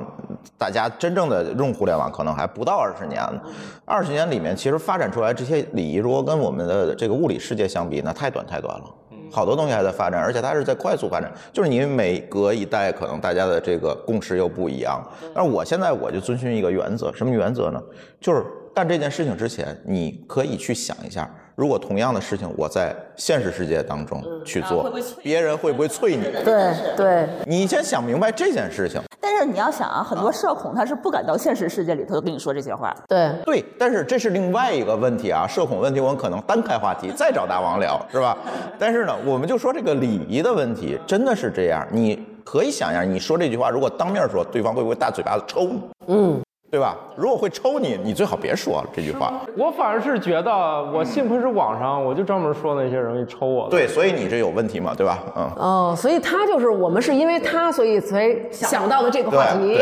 [SPEAKER 1] 大家真正的用互联网可能还不到二十年呢。二十年里面，其实发展出来这些礼仪，如果跟我们的这个物理世界相比，那太短太短了。
[SPEAKER 2] 嗯
[SPEAKER 1] 好多东西还在发展，而且它是在快速发展。就是你每隔一代，可能大家的这个共识又不一样。但是我现在我就遵循一个原则，什么原则呢？就是干这件事情之前，你可以去想一下，如果同样的事情我在现实世界当中去
[SPEAKER 2] 啊会
[SPEAKER 1] 做
[SPEAKER 2] 不会催，
[SPEAKER 1] 别人 会不会啐你？
[SPEAKER 3] 对对，
[SPEAKER 1] 你先想明白这件事情。
[SPEAKER 2] 但是你要想啊，嗯很多社恐他是不敢到现实世界里头跟你说这些话。
[SPEAKER 3] 对，
[SPEAKER 1] 对，但是这是另外一个问题啊，社恐问题我们可能单开话题再找大王聊，是吧？但是呢，我们就说这个礼仪的问题，真的是这样。你可以想一下，你说这句话，如果当面说，对方会不会大嘴巴子抽你？
[SPEAKER 3] 嗯，
[SPEAKER 1] 对吧？如果会抽你，你最好别说了这句话。
[SPEAKER 4] 我反而是觉得，我幸亏是网上，我就专门说那些容易抽我的。
[SPEAKER 1] 对，所以你这有问题嘛，对吧？嗯。
[SPEAKER 3] 哦，所以他就是我们是因为他，所以才想到的这个话
[SPEAKER 1] 对
[SPEAKER 3] 题。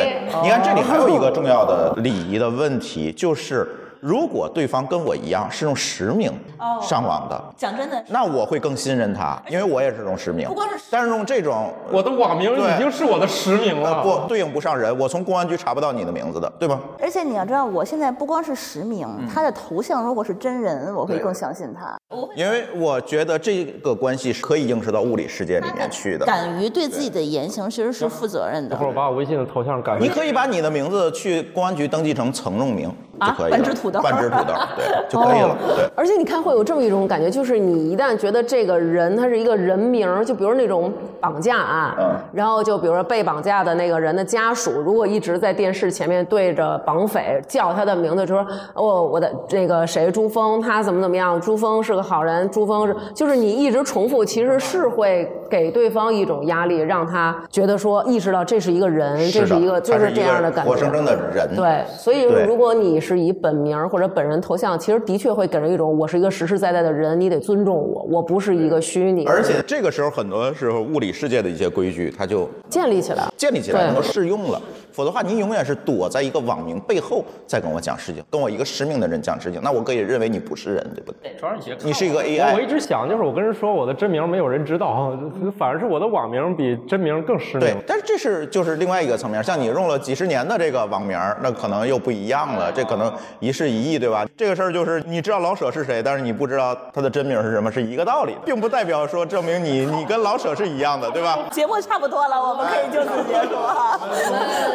[SPEAKER 1] 对，
[SPEAKER 3] 哦
[SPEAKER 1] 你看这里还有一个重要的礼仪的问题，就是如果对方跟我一样是用实名
[SPEAKER 2] 哦
[SPEAKER 1] 上网的，
[SPEAKER 2] 讲真的，
[SPEAKER 1] 那我会更信任他，因为我也是用实名。
[SPEAKER 2] 不光是实名
[SPEAKER 1] 但是用这种
[SPEAKER 4] 我的网名
[SPEAKER 1] 对
[SPEAKER 4] 已经是我的实名了。
[SPEAKER 1] 呃不对应不上人，我从公安局查不到你的名字的，对吧？
[SPEAKER 2] 而且你要知道，我现在不光是实名，他的头像如果是真人，我会
[SPEAKER 1] 对
[SPEAKER 2] 更相信他。嗯我会
[SPEAKER 1] 因为我觉得这个关系是可以映射到物理世界里面去的。
[SPEAKER 2] 敢于对自己的言行其实是负责任
[SPEAKER 4] 一
[SPEAKER 2] 的
[SPEAKER 4] 会。儿我把我微信的头像改
[SPEAKER 1] 你
[SPEAKER 4] 了。
[SPEAKER 1] 可以把你的名字去公安局登记成曾用明
[SPEAKER 2] 啊
[SPEAKER 1] 就可以了，
[SPEAKER 2] 半只土豆
[SPEAKER 1] 半只土豆，对，就可以了。对，
[SPEAKER 3] 而且你看，会有这么一种感觉，就是你一旦觉得这个人他是一个人名儿，就比如那种绑架案，
[SPEAKER 1] 嗯
[SPEAKER 3] 然后就比如说被绑架的那个人的家属，如果一直在电视前面对着绑匪叫他的名字，就说哦，我的这个谁朱峰，他怎么怎么样，朱峰是个好人，朱峰是，就是你一直重复，其实是会给对方一种压力，让他觉得说意识到这是一个人，哎这
[SPEAKER 1] 的
[SPEAKER 3] 一个就
[SPEAKER 1] 他是
[SPEAKER 3] 这样的
[SPEAKER 1] 一个
[SPEAKER 3] 感觉，
[SPEAKER 1] 活生生的人。
[SPEAKER 3] 对，所以
[SPEAKER 1] 嗯对
[SPEAKER 3] 如果你是以本名儿或者本人头像，其实的确会给人一种我是一个实实在在的人，你得尊重我，我不是一个虚拟的人，
[SPEAKER 1] 而且这个时候，很多时候物理世界的一些规矩，它就
[SPEAKER 3] 建立起来。
[SPEAKER 1] 建立起来
[SPEAKER 3] 对
[SPEAKER 1] 能够适用了，否则的话，你永远是躲在一个网名背后在跟我讲事情，跟我一个实名的人讲事情，那我可以认为你不是人，对不对？
[SPEAKER 4] 主要是你
[SPEAKER 1] 你是一个
[SPEAKER 4] 我我一
[SPEAKER 1] AI，
[SPEAKER 4] 直想，就是我跟人说我的真名没有人知道， 反而是我的网名比真名更实
[SPEAKER 1] 对
[SPEAKER 4] 名。，
[SPEAKER 1] 但是这是就是另外一个层面，像你用了几十年的这个网名儿，那可能又不一样了，这可
[SPEAKER 5] 可能一事一议，对吧？这个事儿就是你知道老舍是谁，但是你不知道他的真名是什么，是一个道理，并不代表说证明你你跟老舍是一样的，对吧？
[SPEAKER 2] 节目差不多了，我们可以就此结束了。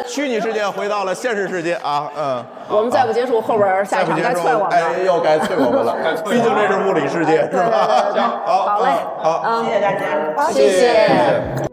[SPEAKER 5] 虚拟世界回到了现实世界啊，嗯，
[SPEAKER 3] 我们再不结束，后边儿下一场该踹我们
[SPEAKER 5] 哎，
[SPEAKER 3] 了。
[SPEAKER 5] 又 该啐我们了，毕竟这是物理世界，是
[SPEAKER 3] 对对
[SPEAKER 5] 吧？
[SPEAKER 3] 对
[SPEAKER 5] 好，
[SPEAKER 3] 好嘞
[SPEAKER 5] 嗯好。
[SPEAKER 3] 嗯
[SPEAKER 2] 谢谢大家，
[SPEAKER 3] 谢谢